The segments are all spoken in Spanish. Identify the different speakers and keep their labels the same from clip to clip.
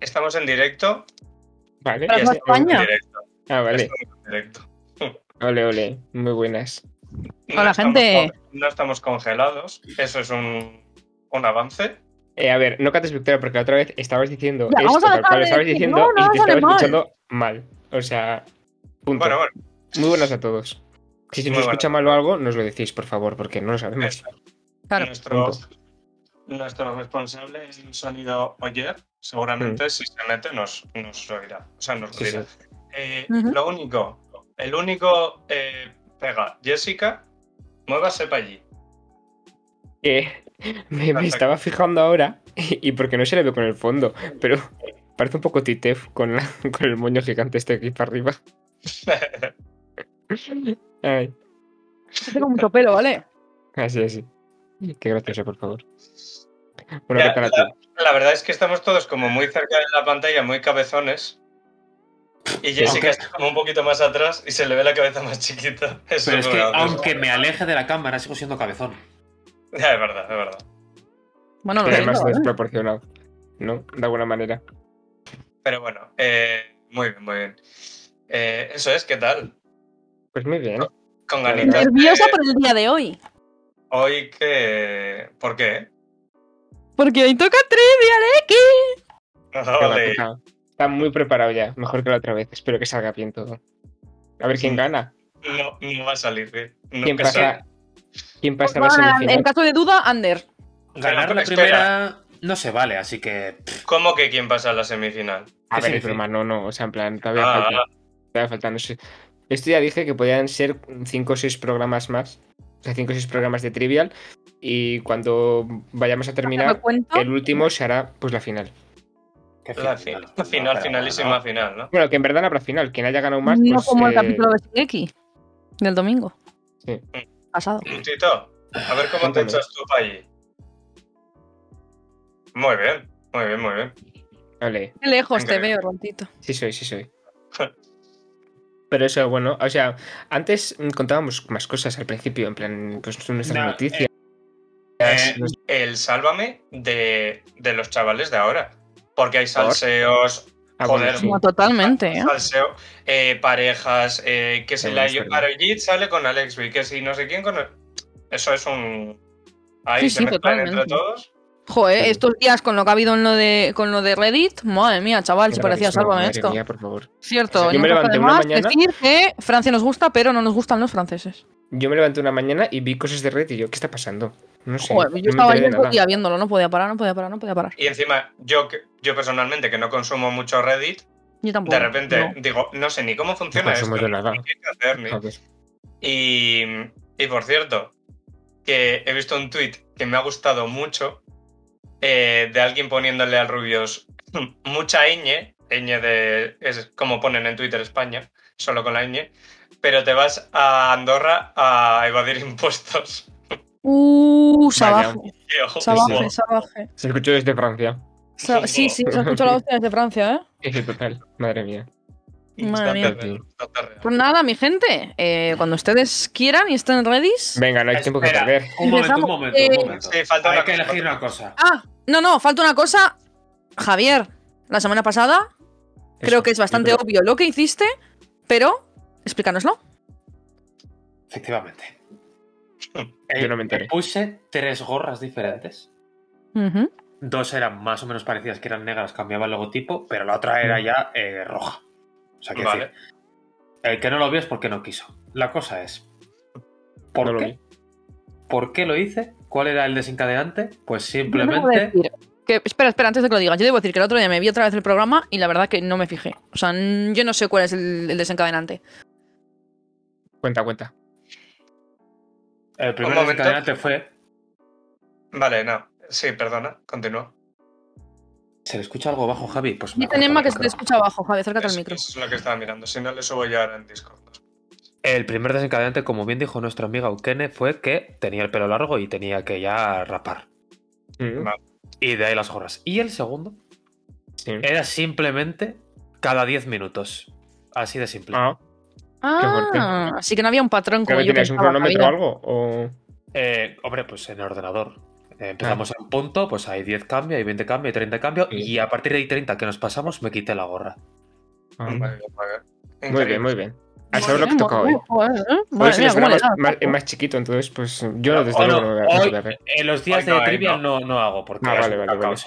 Speaker 1: Estamos en directo.
Speaker 2: Vale.
Speaker 1: Ya
Speaker 3: Vamos,
Speaker 1: estamos en
Speaker 3: coño.
Speaker 1: directo.
Speaker 2: Ah,
Speaker 1: ya
Speaker 2: vale.
Speaker 1: estamos en directo.
Speaker 2: Ole, ole. Muy buenas.
Speaker 1: No
Speaker 3: Hola,
Speaker 1: estamos
Speaker 3: gente.
Speaker 1: con- no estamos congelados. Eso es un, un avance.
Speaker 2: Eh, a ver, no cates victoria porque la otra vez estabas diciendo
Speaker 3: Ya,
Speaker 2: esto,
Speaker 3: vamos a
Speaker 2: tal
Speaker 3: dejar
Speaker 2: cual
Speaker 3: de
Speaker 2: lo estabas
Speaker 3: decir,
Speaker 2: diciendo
Speaker 3: no, no,
Speaker 2: y te
Speaker 3: sale
Speaker 2: estabas
Speaker 3: mal.
Speaker 2: escuchando mal. O sea, punto.
Speaker 1: Bueno, bueno,
Speaker 2: Muy buenas a todos. Si se
Speaker 1: Muy buenas.
Speaker 2: nos escucha mal o algo, nos lo decís, por favor, porque no lo sabemos.
Speaker 3: Claro.
Speaker 1: nuestro, nuestro responsable es el sonido Oyer. Seguramente si se mete nos, nos oirá. O sea, nos lo
Speaker 2: Sí,
Speaker 1: dirá. Eh,
Speaker 3: Ujú.
Speaker 1: Lo único, el único eh, pega, Jessica, muévase para allí.
Speaker 2: Que me, me estaba fijando ahora y porque no se le ve con el fondo, pero parece un poco Titef con, la- con el moño gigante este aquí para arriba. Ay,
Speaker 3: Yo tengo mucho pelo, ¿vale?
Speaker 2: así, así. Qué gracioso, por favor. Bueno,
Speaker 1: Ya,
Speaker 2: ¿qué tal a ti?
Speaker 1: La verdad es que estamos todos como muy cerca de la pantalla, muy cabezones. Y Jessica
Speaker 2: aunque-
Speaker 1: está como un poquito más atrás y se le ve la cabeza más chiquita. Eso
Speaker 4: Pero
Speaker 1: es
Speaker 4: es que
Speaker 1: verdad.
Speaker 4: aunque me aleje de la cámara, sigo siendo cabezón.
Speaker 1: Ya, es verdad, es verdad.
Speaker 3: Bueno, lo
Speaker 2: Que además
Speaker 3: siento, ¿eh?
Speaker 2: desproporcionado, ¿no? De alguna manera.
Speaker 1: Pero bueno, eh, muy bien, muy bien. Eh, eso es, ¿qué tal?
Speaker 2: Pues muy bien.
Speaker 1: Con
Speaker 2: Claro.
Speaker 1: ganitas. de-
Speaker 3: Nerviosa por el día de hoy.
Speaker 1: Hoy que. ¿Por qué?
Speaker 3: Porque hoy toca trivia, ¿eh? ¿Qué?
Speaker 2: Pero
Speaker 1: Ole.
Speaker 2: la puta, Está muy preparado ya, mejor que la otra vez. Espero que salga bien todo. A ver quién gana.
Speaker 1: No, no va a salir bien.
Speaker 2: ¿Quién
Speaker 1: Nunca sale.
Speaker 2: pasa? ¿Quién pasa a la
Speaker 3: Bueno, en
Speaker 2: semifinal?
Speaker 3: caso de duda, Ander.
Speaker 4: Ganar la
Speaker 1: espera.
Speaker 4: primera no se vale, así que. pff,
Speaker 1: ¿Cómo que quién pasa a la semifinal?
Speaker 2: A
Speaker 4: ¿Qué
Speaker 2: ver, es
Speaker 4: significa?
Speaker 2: broma, no, no. O sea, en plan, todavía
Speaker 1: Ah,
Speaker 2: falta. Todavía falta, no sé. Esto ya dije que podían ser 5 o 6 programas más. O sea, 5 o 6 programas de Trivial. Y cuando vayamos a
Speaker 3: ¿Me
Speaker 2: terminar,
Speaker 3: cuento?
Speaker 2: el último se hará pues la final.
Speaker 4: qué
Speaker 1: La fi-
Speaker 4: final,
Speaker 1: final,
Speaker 4: pero
Speaker 1: finalísima
Speaker 4: bueno.
Speaker 1: final, ¿no?
Speaker 2: Bueno, que en verdad no habrá final. Quien haya ganado más,
Speaker 3: no
Speaker 2: pues.
Speaker 3: como el
Speaker 2: eh,
Speaker 3: capítulo de Shigeki del domingo.
Speaker 2: Sí.
Speaker 3: Pasado.
Speaker 1: Tito, a ver cómo te
Speaker 2: Cuéntame.
Speaker 1: echas tú para allí. Muy bien, muy bien, muy bien.
Speaker 2: Vale.
Speaker 3: Qué lejos te
Speaker 1: Venga.
Speaker 3: veo, Rontito.
Speaker 2: Sí soy, sí soy. Pero eso, bueno, o sea, antes mm, contábamos más cosas al principio, en plan, pues nuestras
Speaker 4: No,
Speaker 2: noticias.
Speaker 1: eh,
Speaker 2: nos-
Speaker 1: El sálvame de, de los chavales de ahora. Porque hay salseos,
Speaker 2: ah, bueno,
Speaker 1: joder,
Speaker 2: sí.
Speaker 3: No, totalmente, ¿eh?
Speaker 1: salseo, eh, parejas, eh, que si
Speaker 2: Sí,
Speaker 1: la
Speaker 2: es verdad.
Speaker 1: Arojit sale con Alex B, que si no sé quién con. el- Eso es un. Ahí
Speaker 3: Sí,
Speaker 1: se
Speaker 3: sí,
Speaker 1: mezclan entre
Speaker 3: totalmente.
Speaker 1: todos.
Speaker 3: Joder,
Speaker 2: Sí.
Speaker 3: estos días con lo que ha habido en lo de, con lo de Reddit, madre mía, chaval, se
Speaker 2: Era
Speaker 3: parecía a
Speaker 2: rarísimo,
Speaker 3: Sálvame
Speaker 2: madre
Speaker 3: esto.
Speaker 2: mía, por favor.
Speaker 3: Cierto,
Speaker 2: Yo me
Speaker 3: nunca
Speaker 2: levanté
Speaker 3: está de
Speaker 2: una
Speaker 3: más
Speaker 2: mañana-
Speaker 3: decir que Francia nos gusta, pero no nos gustan los franceses.
Speaker 2: Yo me levanté una mañana y vi cosas de red y yo, ¿qué está pasando? No sé.
Speaker 3: Joder,
Speaker 2: no me
Speaker 3: yo estaba ahí
Speaker 2: enteré de
Speaker 3: todo el
Speaker 2: nada.
Speaker 3: día viéndolo, no podía parar, no podía parar, no podía parar.
Speaker 1: Y encima, yo, que- yo personalmente, que no consumo mucho Reddit,
Speaker 3: Yo tampoco.
Speaker 1: de repente
Speaker 3: no.
Speaker 1: digo, no sé ni cómo funciona
Speaker 2: No
Speaker 1: esto,
Speaker 2: consumo yo nada.
Speaker 1: ni qué hay que hacer, ni-
Speaker 2: Joder.
Speaker 1: Y, y por cierto, que he visto un tuit que me ha gustado mucho eh, de alguien poniéndole al Rubios mucha ñ, ñ de, es como ponen en Twitter España, solo con la ñ, pero te vas a Andorra a evadir impuestos.
Speaker 3: Uh,
Speaker 2: Vaya,
Speaker 3: sabaje,
Speaker 1: Y ojo,
Speaker 3: sabaje,
Speaker 1: ojo,
Speaker 3: sabaje.
Speaker 2: Se escuchó desde Francia.
Speaker 3: Sa- Sí, sí, se ha escuchado la hostia desde Francia, ¿eh?
Speaker 2: Ese total, madre mía.
Speaker 3: Madre mía.
Speaker 1: bastante real, bastante real.
Speaker 3: Pues nada, mi gente, eh, cuando ustedes quieran y estén ready.
Speaker 2: Venga, no hay tiempo que
Speaker 4: Espera,
Speaker 2: perder.
Speaker 4: Un momento, un
Speaker 3: Empezamos,
Speaker 4: momento,
Speaker 3: eh,
Speaker 4: un momento.
Speaker 1: Sí, falta
Speaker 4: Hay
Speaker 1: una
Speaker 4: que
Speaker 1: cosa.
Speaker 4: elegir una cosa.
Speaker 3: Ah, no, no, falta una cosa. Javier, la semana pasada creo
Speaker 2: Eso,
Speaker 3: que es
Speaker 2: yo
Speaker 3: bastante
Speaker 2: creo-
Speaker 3: obvio lo que hiciste, pero explícanoslo.
Speaker 4: Efectivamente. Eh,
Speaker 2: Yo no me enteré.
Speaker 4: Puse tres gorras diferentes.
Speaker 3: Ujú.
Speaker 4: Dos eran más o menos parecidas, que eran negras, cambiaba el logotipo, pero la otra era ya eh, roja. O sea, que
Speaker 1: Vale.
Speaker 4: decir, el que no lo vio es porque no quiso. La cosa es, ¿por
Speaker 2: no lo
Speaker 4: qué?
Speaker 2: vi.
Speaker 4: ¿Por qué lo hice? ¿Cuál era el desencadenante? Pues
Speaker 3: Yo debo
Speaker 4: simplemente.
Speaker 3: decir que- espera, espera, antes de que lo digas, yo debo decir que el otro día me vi otra vez el programa y la verdad que no me fijé. O sea, n- yo no sé cuál es el, el desencadenante.
Speaker 2: Cuenta, cuenta.
Speaker 4: El primer
Speaker 1: Un momento.
Speaker 4: desencadenante fue.
Speaker 1: Vale, no. Sí, perdona, continúa.
Speaker 4: ¿Se le escucha algo bajo, Javi? Pues me
Speaker 3: Dice Nema que se te
Speaker 4: acuerdo.
Speaker 3: escucha abajo, Javier, acércate al
Speaker 1: Eso,
Speaker 3: micro.
Speaker 1: eso es lo que estaba mirando. Si no, le subo yo ahora en Discord.
Speaker 4: El primer desencadenante, como bien dijo nuestra amiga Ukene, fue que tenía el pelo largo y tenía que ya rapar.
Speaker 2: Mm,
Speaker 1: Vale.
Speaker 4: Y de ahí las gorras. Y el segundo
Speaker 2: sí.
Speaker 4: era simplemente cada 10 minutos. Así de simple.
Speaker 2: Ah,
Speaker 3: Ah, así que no había un patrón
Speaker 2: ¿creo
Speaker 3: como
Speaker 2: que
Speaker 3: yo
Speaker 2: tenías un
Speaker 3: pensaba.
Speaker 2: cronómetro o
Speaker 3: Javier.
Speaker 2: algo? O...
Speaker 4: Eh, hombre, pues en el ordenador. Eh, Empezamos a un punto, pues hay 10 cambios, hay 20 cambios, hay 30 cambios,
Speaker 2: Ah. Sí.
Speaker 4: y a partir de ahí 30 que nos pasamos, me quité la gorra.
Speaker 2: Ah,
Speaker 1: Vale, vale.
Speaker 2: Muy bien, muy bien. A saber lo que toca hoy.
Speaker 3: Joder, ¿eh?
Speaker 2: Hoy
Speaker 3: Ah, Madre
Speaker 2: se
Speaker 3: mía,
Speaker 2: nos verá
Speaker 3: cómo le
Speaker 2: más,
Speaker 3: da.
Speaker 2: más- eh, más chiquito, entonces, pues yo
Speaker 4: Hoy
Speaker 2: lo desde luego no voy a- no
Speaker 4: Ah, hoy,
Speaker 2: voy a ver.
Speaker 4: en los días
Speaker 1: Hoy no
Speaker 4: de
Speaker 1: hay,
Speaker 4: trivia no. No, hago, porque
Speaker 2: Ah,
Speaker 4: es
Speaker 2: vale,
Speaker 4: un
Speaker 2: vale, vale.
Speaker 4: caos.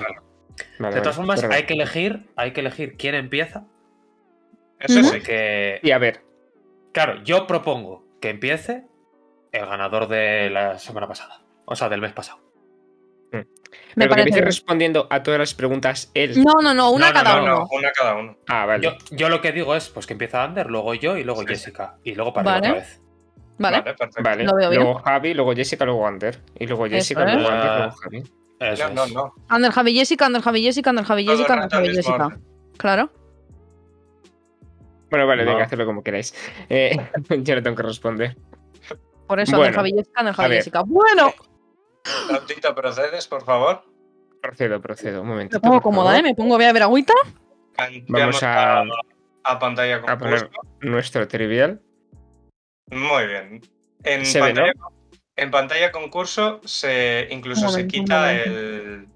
Speaker 2: Vale,
Speaker 4: De todas
Speaker 2: vale,
Speaker 4: formas,
Speaker 2: pero-
Speaker 4: hay que elegir, hay que elegir quién empieza.
Speaker 1: Eso
Speaker 3: Ujú.
Speaker 1: sí.
Speaker 4: Porque,
Speaker 2: Y a ver,
Speaker 4: claro, yo propongo que empiece el ganador de la semana pasada. O sea, del mes pasado.
Speaker 2: pero
Speaker 3: Me
Speaker 2: que
Speaker 3: parece
Speaker 2: empiece
Speaker 3: bien.
Speaker 2: respondiendo a todas las preguntas él.
Speaker 3: No, no, no, una
Speaker 4: No, no,
Speaker 3: cada
Speaker 1: No,
Speaker 3: uno.
Speaker 1: no, una cada uno.
Speaker 2: Ah, vale.
Speaker 4: Yo, yo lo que digo es, pues que empieza Ander, luego yo y luego
Speaker 1: Sí, sí.
Speaker 4: Jessica. Y luego para arriba
Speaker 3: Vale.
Speaker 4: otra vez.
Speaker 3: Vale.
Speaker 1: perfecto.
Speaker 2: Vale,
Speaker 3: Lo veo bien.
Speaker 2: luego Javi, luego Jessica, luego Ander. Y luego
Speaker 3: Eso
Speaker 2: Jessica,
Speaker 3: es.
Speaker 2: luego Ander,
Speaker 4: Ah.
Speaker 2: luego Javi.
Speaker 4: Eso
Speaker 1: No, no,
Speaker 4: es.
Speaker 1: no.
Speaker 3: Ander Javi Jessica, Ander Javi Jessica, Ander Javi
Speaker 1: Todo el
Speaker 3: Jessica, Ander
Speaker 1: rato al
Speaker 3: Javi
Speaker 1: mismo
Speaker 3: Jessica.
Speaker 1: orden.
Speaker 3: Claro.
Speaker 2: Bueno, vale,
Speaker 4: No.
Speaker 2: venga, hacedlo como queráis. Eh, yo no tengo que responder.
Speaker 3: Por eso Ander
Speaker 2: Bueno,
Speaker 3: Javi Jessica, Ander Javi
Speaker 2: ver.
Speaker 3: Jessica. Bueno,
Speaker 1: Lautita, procedes, por favor.
Speaker 2: Procedo, procedo, un momento.
Speaker 3: me pongo cómoda, ¿eh? Me pongo, voy a ver agüita.
Speaker 1: Cambiamos
Speaker 2: a-
Speaker 1: a pantalla
Speaker 2: a poner-
Speaker 1: compuesta.
Speaker 2: Nuestro trivial.
Speaker 1: Muy bien. En
Speaker 2: Se ve, ¿no?
Speaker 1: pantalla, en pantalla concurso se incluso
Speaker 3: Un
Speaker 1: se
Speaker 3: momento, un
Speaker 1: quita
Speaker 3: momento.
Speaker 1: el,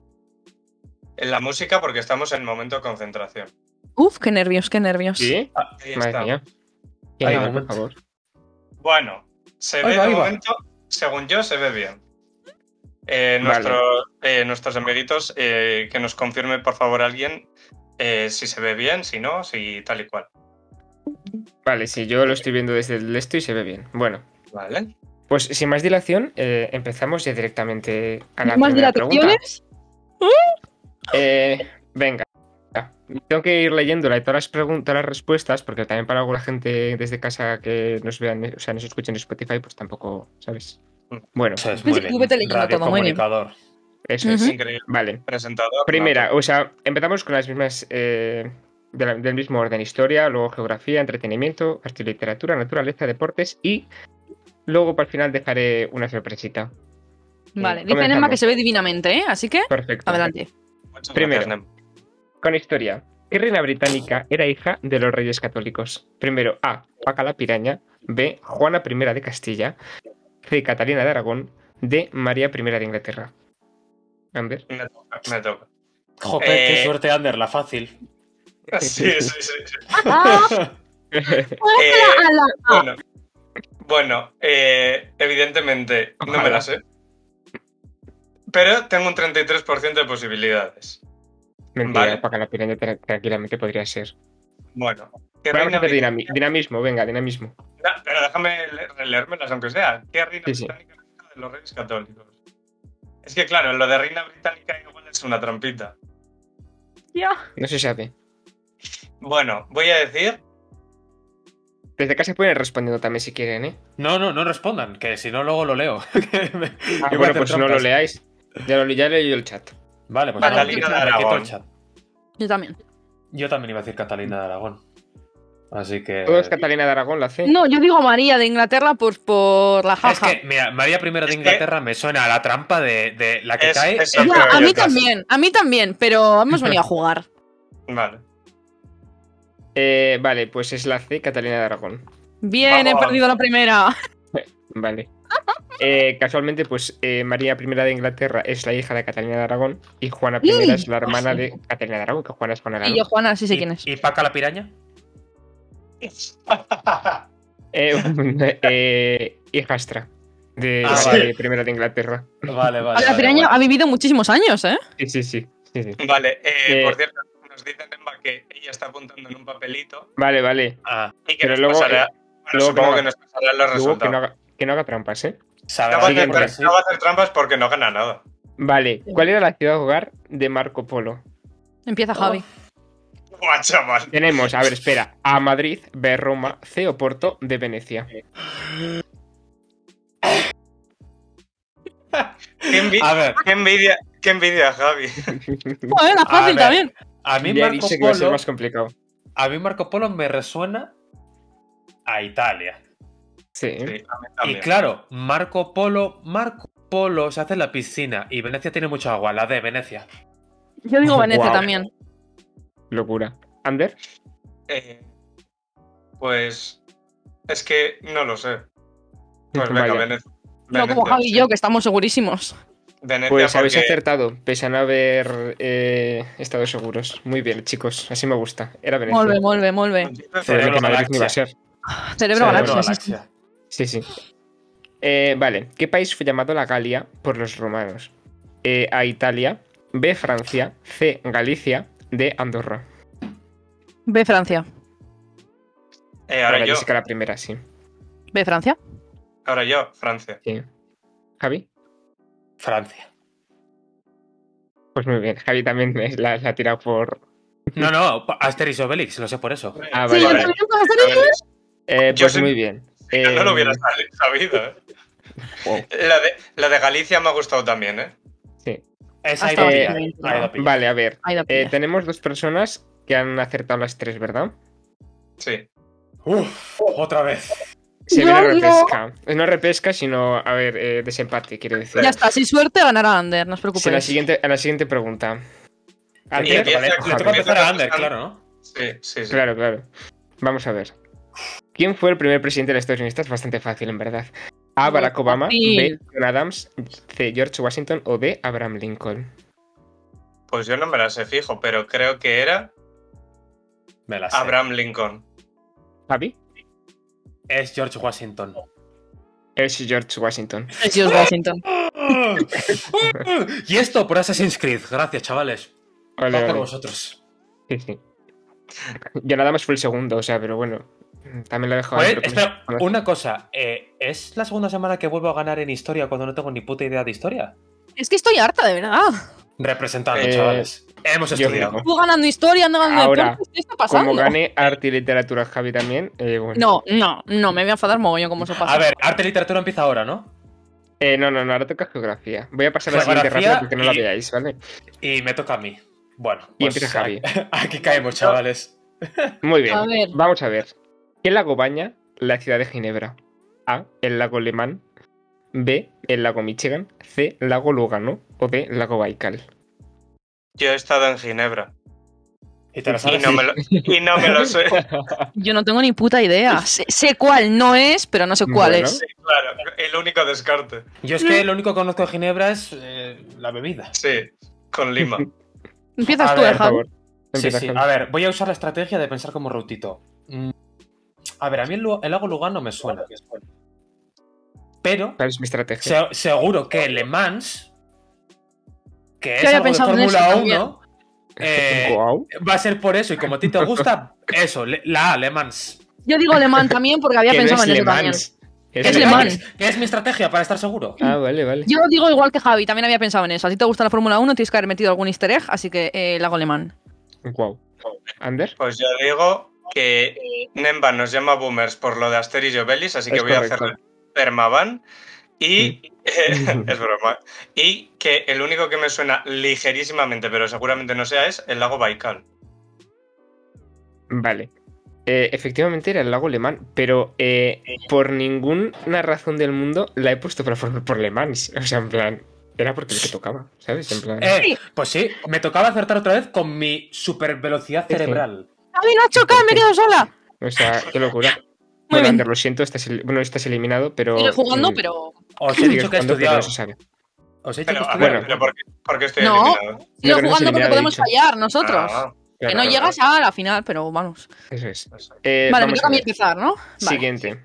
Speaker 1: en la música porque estamos en momento de concentración.
Speaker 3: Uf, qué nervios, qué nervios.
Speaker 2: ¿Sí?
Speaker 1: Ahí
Speaker 2: Madre
Speaker 1: está.
Speaker 2: mía. Y
Speaker 4: Ahí
Speaker 2: ahora,
Speaker 4: va.
Speaker 2: por favor.
Speaker 1: Bueno, se
Speaker 4: Ahí
Speaker 1: ve
Speaker 4: va,
Speaker 1: de
Speaker 4: ahí va.
Speaker 1: momento, según yo, se ve bien. Eh,
Speaker 2: Vale.
Speaker 1: nuestros- eh, nuestros emeritos, eh, que nos confirme por favor alguien eh, si se ve bien, si no, si tal y cual.
Speaker 2: Vale, sí, yo lo estoy viendo desde el esto y se ve bien. Bueno,
Speaker 1: Vale.
Speaker 2: pues sin más dilación, eh, empezamos ya directamente a la
Speaker 3: ¿Más
Speaker 2: primera pregunta.
Speaker 3: dilataciones?
Speaker 2: Eh, venga. Tengo que ir leyéndola y todas las preguntas, todas las respuestas, porque también para alguna gente desde casa que nos vean, o sea, nos escuchen en Spotify, pues tampoco, ¿sabes? Bueno,
Speaker 4: Eso es,
Speaker 3: Vete-
Speaker 4: muy
Speaker 3: tú vete
Speaker 4: bien.
Speaker 3: leyendo todo, muy bien.
Speaker 4: Radiocomunicador.
Speaker 2: eso es.
Speaker 3: Ujú.
Speaker 1: Increíble
Speaker 2: Vale.
Speaker 1: presentador.
Speaker 2: Primera,
Speaker 1: Nato.
Speaker 2: o sea, empezamos con las mismas eh, de la- del mismo orden: historia, luego geografía, entretenimiento, arte y literatura, naturaleza, deportes y luego para el final dejaré una sorpresita.
Speaker 3: Vale, dice
Speaker 2: Comenzamos.
Speaker 3: Nema que se ve divinamente, ¿eh? Así que,
Speaker 2: Perfecto.
Speaker 3: adelante.
Speaker 1: Muchas
Speaker 2: primero.
Speaker 1: gracias, Nemo.
Speaker 2: Con historia. ¿Qué reina británica era hija de los reyes católicos? Primero A. Paca la Piraña. B. Juana I de Castilla. C. Catalina de Aragón. D. María I de Inglaterra. Ander.
Speaker 1: Me toca, me toca.
Speaker 4: Jope,
Speaker 1: Eh,
Speaker 4: qué suerte, Ander, la fácil.
Speaker 1: Sí, sí, sí. sí.
Speaker 3: Ah.
Speaker 1: Eh,
Speaker 3: Ala.
Speaker 1: bueno, bueno, eh, evidentemente no me
Speaker 2: Ojalá.
Speaker 1: la sé. Pero tengo un 33% de posibilidades.
Speaker 2: Mentira,
Speaker 1: Vale.
Speaker 2: Paca la Piraña tra- tranquilamente podría ser.
Speaker 1: Bueno, ¿qué
Speaker 2: Vamos a
Speaker 1: reina
Speaker 2: hacer
Speaker 1: británica-
Speaker 2: dinami- dinamismo, venga, dinamismo.
Speaker 1: Na- Pero déjame le- releérmelas, aunque sea. ¿Qué reina
Speaker 2: Sí, sí.
Speaker 1: británica era de los reyes católicos? Es que, claro, lo de reina británica igual es una trampita.
Speaker 3: Ya.
Speaker 2: No se sabe.
Speaker 1: Bueno, voy a decir.
Speaker 2: Desde casa pueden ir respondiendo también si quieren, ¿eh?
Speaker 4: No, no, no respondan, que si no, luego lo leo. Que me-
Speaker 2: Ah,
Speaker 4: yo voy a
Speaker 2: bueno,
Speaker 4: hacer
Speaker 2: pues no lo
Speaker 4: trampas.
Speaker 2: leáis. Ya lo ya leí yo el chat.
Speaker 4: Vale, pues
Speaker 3: Catalina
Speaker 4: nada, me
Speaker 3: de
Speaker 4: quito- me quito
Speaker 1: Aragón.
Speaker 4: el chat.
Speaker 3: Yo también.
Speaker 4: Yo también iba a decir Catalina de Aragón. Así que.
Speaker 2: Todos Catalina de Aragón la C.
Speaker 3: No, yo digo María de Inglaterra por, por la
Speaker 4: Es
Speaker 3: jaja.
Speaker 4: que, mira, María I
Speaker 1: Es
Speaker 4: de
Speaker 1: que-
Speaker 4: Inglaterra me suena a la trampa de, de la que
Speaker 1: Es-
Speaker 4: cae.
Speaker 1: es-
Speaker 4: en
Speaker 1: Ya,
Speaker 3: Ya, a mí
Speaker 4: Caracas.
Speaker 3: también, a mí también, pero hemos venido a jugar.
Speaker 1: Vale.
Speaker 2: Eh, vale, pues es la C, Catalina de Aragón.
Speaker 3: Bien, he
Speaker 1: Vamos.
Speaker 3: perdido la primera.
Speaker 2: Vale. Eh, casualmente, pues eh, María I de Inglaterra es la hija de Catalina de Aragón y Juana I
Speaker 3: Ah, Sí.
Speaker 2: es la hermana de Catalina de Aragón, que Juana es Juana de
Speaker 3: Y yo,
Speaker 2: Aragón.
Speaker 3: Juana, sí sé
Speaker 4: ¿Y-
Speaker 3: quién es.
Speaker 4: ¿Y Paca la piraña?
Speaker 2: Eh, eh, hijastra de
Speaker 4: Ah,
Speaker 2: María I de Inglaterra.
Speaker 4: Vale, vale.
Speaker 3: A la
Speaker 4: vale,
Speaker 3: piraña
Speaker 4: vale.
Speaker 3: ha vivido muchísimos años, ¿eh?
Speaker 2: Sí, sí, sí. sí, sí.
Speaker 1: Vale, eh,
Speaker 2: Eh.
Speaker 1: por cierto, nos dice Emma que ella está apuntando en un papelito
Speaker 2: Vale, vale.
Speaker 4: Ah,
Speaker 1: y que
Speaker 2: Pero
Speaker 1: nos
Speaker 2: luego,
Speaker 1: pasará.
Speaker 2: eh,
Speaker 1: bueno,
Speaker 2: luego
Speaker 1: supongo
Speaker 2: que
Speaker 1: que,
Speaker 2: no-
Speaker 1: nos pasarán los
Speaker 2: Luego que no,
Speaker 1: resultados.
Speaker 2: haga, que no haga trampas, ¿eh?
Speaker 1: No va,
Speaker 4: sabrás
Speaker 1: a
Speaker 2: Sí,
Speaker 1: hacer,
Speaker 4: bien,
Speaker 2: porque
Speaker 1: trampas-
Speaker 4: sí.
Speaker 1: no va a hacer trampas porque no gana nada.
Speaker 2: Vale. ¿Cuál era la ciudad hogar de Marco Polo?
Speaker 3: Empieza Javi.
Speaker 1: Buah, chaval.
Speaker 2: Tenemos, a ver, espera. A Madrid, B Roma, C Oporto, de Venecia.
Speaker 1: Qué envi-
Speaker 4: A ver,
Speaker 1: qué envidia, qué envidia, Javi.
Speaker 3: Joder, era
Speaker 4: A
Speaker 3: fácil
Speaker 4: ver.
Speaker 3: también.
Speaker 4: a mí
Speaker 2: ya he dicho
Speaker 4: Marco
Speaker 2: que va a ser
Speaker 4: Polo.
Speaker 2: más complicado.
Speaker 4: A mí Marco Polo me resuena a Italia.
Speaker 2: Sí. ¿eh?
Speaker 1: Sí, a mí también.
Speaker 4: Y claro, Marco Polo, Marco Polo se hace en la piscina y Venecia tiene mucha agua, la de Venecia.
Speaker 3: Yo digo Venecia
Speaker 2: Guau.
Speaker 3: también.
Speaker 2: Locura. Ander,
Speaker 1: Eh, pues es que no lo sé. Pues venga,
Speaker 2: Vaya.
Speaker 1: Venecia.
Speaker 3: No como
Speaker 1: Venecia,
Speaker 3: Javi y
Speaker 1: sí.
Speaker 3: yo, que estamos segurísimos.
Speaker 1: Venecia
Speaker 2: Pues habéis
Speaker 1: porque-
Speaker 2: acertado, pese a no haber eh, estado seguros. Muy bien, chicos, así me gusta. Era Venecia.
Speaker 3: Molve, molve, molve.
Speaker 2: Pero lo que Madrid no iba a
Speaker 4: Galaxia.
Speaker 2: ser.
Speaker 3: Cerebro
Speaker 4: Cerebro
Speaker 3: galaxia. sí, sí.
Speaker 4: Galaxia.
Speaker 2: Sí, sí. Eh, vale, ¿qué país fue llamado la Galia por los romanos? Eh, a Italia, B Francia, C Galicia, D Andorra.
Speaker 3: Ve Francia.
Speaker 1: Eh, ahora
Speaker 2: la
Speaker 1: yo,
Speaker 2: Jessica la primera, sí.
Speaker 3: Ve Francia.
Speaker 1: ahora yo, Francia.
Speaker 2: Javi.
Speaker 4: Francia.
Speaker 2: Pues muy bien, Javi también es- la, la ha tirado por...
Speaker 4: No, no, pa- Asterix Obelix, lo sé por eso.
Speaker 2: Ah,
Speaker 3: Sí,
Speaker 2: vale.
Speaker 3: yo
Speaker 2: vale.
Speaker 3: también tengo que hacer eso.
Speaker 2: Eh,
Speaker 1: Yo
Speaker 2: pues
Speaker 1: soy-
Speaker 2: muy bien.
Speaker 1: Yo no lo
Speaker 2: Eh,
Speaker 1: hubiera sabi- sabido. ¿eh?
Speaker 2: wow.
Speaker 1: La, de, la de Galicia me ha gustado también, ¿eh?
Speaker 4: Es
Speaker 3: Hasta
Speaker 4: Aida
Speaker 2: ahora
Speaker 4: Pilla.
Speaker 3: bien, ¿no?
Speaker 4: Aida Pilla.
Speaker 2: Vale, a ver.
Speaker 3: Ay, la
Speaker 2: eh,
Speaker 3: pilla.
Speaker 2: tenemos dos personas que han acertado las tres, ¿verdad?
Speaker 1: Sí.
Speaker 4: Uf, otra vez.
Speaker 2: Se
Speaker 3: Yo
Speaker 2: viene
Speaker 3: no.
Speaker 2: repesca. No repesca, sino, a ver, eh, desempate, quiero decir.
Speaker 3: Ya está, sin suerte ganará Ander, no os preocupéis.
Speaker 2: Si la siguiente, a la siguiente pregunta. Al
Speaker 1: Empieza-
Speaker 2: tiro, ¿vale?
Speaker 4: Le toca
Speaker 1: empieza-
Speaker 4: empezar a Ander, claro, ¿no?
Speaker 1: Sí, sí, sí.
Speaker 2: Claro, claro. Vamos a ver. ¿Quién fue el primer presidente de los Estados Unidos? Es bastante fácil, en verdad. A. Barack Obama, B.
Speaker 3: fácil.
Speaker 2: John Adams, C. George Washington o D. Abraham Lincoln.
Speaker 1: Pues yo no me la sé fijo, pero creo que era
Speaker 4: Me la sé.
Speaker 1: Abraham Lincoln.
Speaker 2: ¿Javi?
Speaker 4: Es George Washington.
Speaker 2: Es George Washington.
Speaker 3: Es George Washington.
Speaker 4: y esto por Assassin's Creed. Gracias, chavales.
Speaker 2: Ole,
Speaker 4: Va por
Speaker 2: ole.
Speaker 4: vosotros.
Speaker 2: Sí, sí. John Adams fue el segundo, o sea, pero bueno. También lo he dejado.
Speaker 4: Oye,
Speaker 2: ahí, pero como-
Speaker 4: espera, una cosa. eh, ¿Es la segunda semana que vuelvo a ganar en historia cuando no tengo ni puta idea de historia?
Speaker 3: Es que estoy harta, de verdad.
Speaker 4: Representando,
Speaker 2: Eh,
Speaker 4: chavales. Hemos
Speaker 2: yo
Speaker 4: estudiado.
Speaker 2: digo,
Speaker 3: Tú ganando historia, ando ganando
Speaker 2: Ahora,
Speaker 3: deportes, ¿qué está pasando?
Speaker 2: Como gané arte y literatura Javi también, eh, bueno.
Speaker 3: No, no, no, me voy a enfadar mogollón como se pasa.
Speaker 4: A ver, arte y literatura empieza ahora, ¿no?
Speaker 2: Eh, no, no, no, ahora toca geografía. Voy a pasar a la siguiente
Speaker 4: Geografía
Speaker 2: rápido porque no la
Speaker 4: y-
Speaker 2: veáis, ¿vale?
Speaker 4: Y me toca a mí. Bueno,
Speaker 2: Y
Speaker 4: pues,
Speaker 2: empieza Javi.
Speaker 4: Aquí caemos, chavales.
Speaker 2: Muy bien.
Speaker 3: A ver.
Speaker 2: Vamos a ver. ¿Qué lago baña la ciudad de Ginebra? A. El lago Lemán. B. El lago Michigan. C. Lago Lugano. O D. Lago Baikal.
Speaker 1: Yo he estado en Ginebra.
Speaker 4: Y te lo
Speaker 1: Y
Speaker 4: sabes.
Speaker 1: no me lo, y no me lo sé.
Speaker 3: Yo no tengo ni puta idea. Sé, sé cuál no es, pero no sé cuál
Speaker 2: Bueno.
Speaker 3: es.
Speaker 1: Sí, claro. El único descarte.
Speaker 4: Yo es que lo único que conozco de Ginebra es eh, la bebida.
Speaker 1: Sí, con Lima.
Speaker 3: Empiezas
Speaker 4: A
Speaker 3: tú, eh,
Speaker 4: ver,
Speaker 2: Por
Speaker 3: Javi.
Speaker 2: favor.
Speaker 4: Sí,
Speaker 2: Empieza,
Speaker 4: sí.
Speaker 2: Javi.
Speaker 4: A ver, voy a usar la estrategia de pensar como Routito. Mm, A ver, a mí el, lu- el lago Lugano me suena. Pero
Speaker 2: ¿Cuál es mi estrategia?
Speaker 4: se- seguro que Le Mans, que es
Speaker 3: había
Speaker 4: algo de
Speaker 3: pensado en
Speaker 4: Fórmula
Speaker 3: eso
Speaker 4: 1, eh,
Speaker 2: Guau.
Speaker 4: va a ser por eso. Y como a ti te gusta, eso, le- la A, Le Mans.
Speaker 3: Yo digo alemán también porque había
Speaker 2: Que no
Speaker 3: pensado
Speaker 2: es
Speaker 3: en eso
Speaker 2: Le
Speaker 3: también.
Speaker 2: Mans.
Speaker 3: Es
Speaker 4: Que-
Speaker 3: Le Mans.
Speaker 4: Que es mi estrategia para estar seguro.
Speaker 2: Ah, vale, vale.
Speaker 3: Yo digo igual que Javi, también había pensado en eso. A ti te gusta la Fórmula 1, tienes que haber metido algún easter egg, así que eh, el hago alemán.
Speaker 2: Guau. ¿Ander?
Speaker 1: Pues yo digo que Nemba nos llama boomers por lo de Asterix y Obelix, así que
Speaker 2: Es
Speaker 1: voy a hacer
Speaker 2: correcto.
Speaker 1: Permaban. Y. es broma. Y que el único que me suena ligerísimamente, pero seguramente no sea, es el lago Baikal.
Speaker 2: Vale. Eh, efectivamente era el lago Lemán, pero eh, por ninguna razón del mundo la he puesto para formar por Le Mans. O sea, en plan, era porque el que tocaba, ¿sabes? En plan.
Speaker 4: Eh, pues sí, me tocaba acertar otra vez con mi super velocidad
Speaker 2: Sí, sí.
Speaker 4: cerebral.
Speaker 3: ¡Javi, no has chocado! ¡Me he quedado sola!
Speaker 2: O sea, qué locura.
Speaker 3: Muy
Speaker 2: bueno,
Speaker 3: bien.
Speaker 2: Ander, lo siento, estás, el- bueno, estás eliminado, pero.
Speaker 3: Sigue jugando,
Speaker 2: mm,
Speaker 3: pero.
Speaker 4: Os he
Speaker 2: sigues
Speaker 4: dicho que he
Speaker 2: jugando, pero
Speaker 4: estudiado.
Speaker 2: no se sabe.
Speaker 4: Os he dicho que he
Speaker 1: Pero, a
Speaker 4: estudiado.
Speaker 1: ver, pero ¿por, qué, por qué estoy
Speaker 3: No,
Speaker 1: eliminado?
Speaker 3: Sigo
Speaker 2: creo que no se
Speaker 3: jugando porque
Speaker 2: eliminaba,
Speaker 3: podemos
Speaker 2: dicho.
Speaker 3: fallar nosotros.
Speaker 1: Ah, pues,
Speaker 3: que
Speaker 2: Claro,
Speaker 3: no
Speaker 2: claro,
Speaker 3: llegas a la final, pero vamos.
Speaker 2: Eso es.
Speaker 1: eso.
Speaker 2: Eh,
Speaker 3: vale, me
Speaker 2: vamos
Speaker 3: toca
Speaker 2: a
Speaker 3: a mí
Speaker 2: ver.
Speaker 3: empezar, ¿no? Vale.
Speaker 2: Siguiente.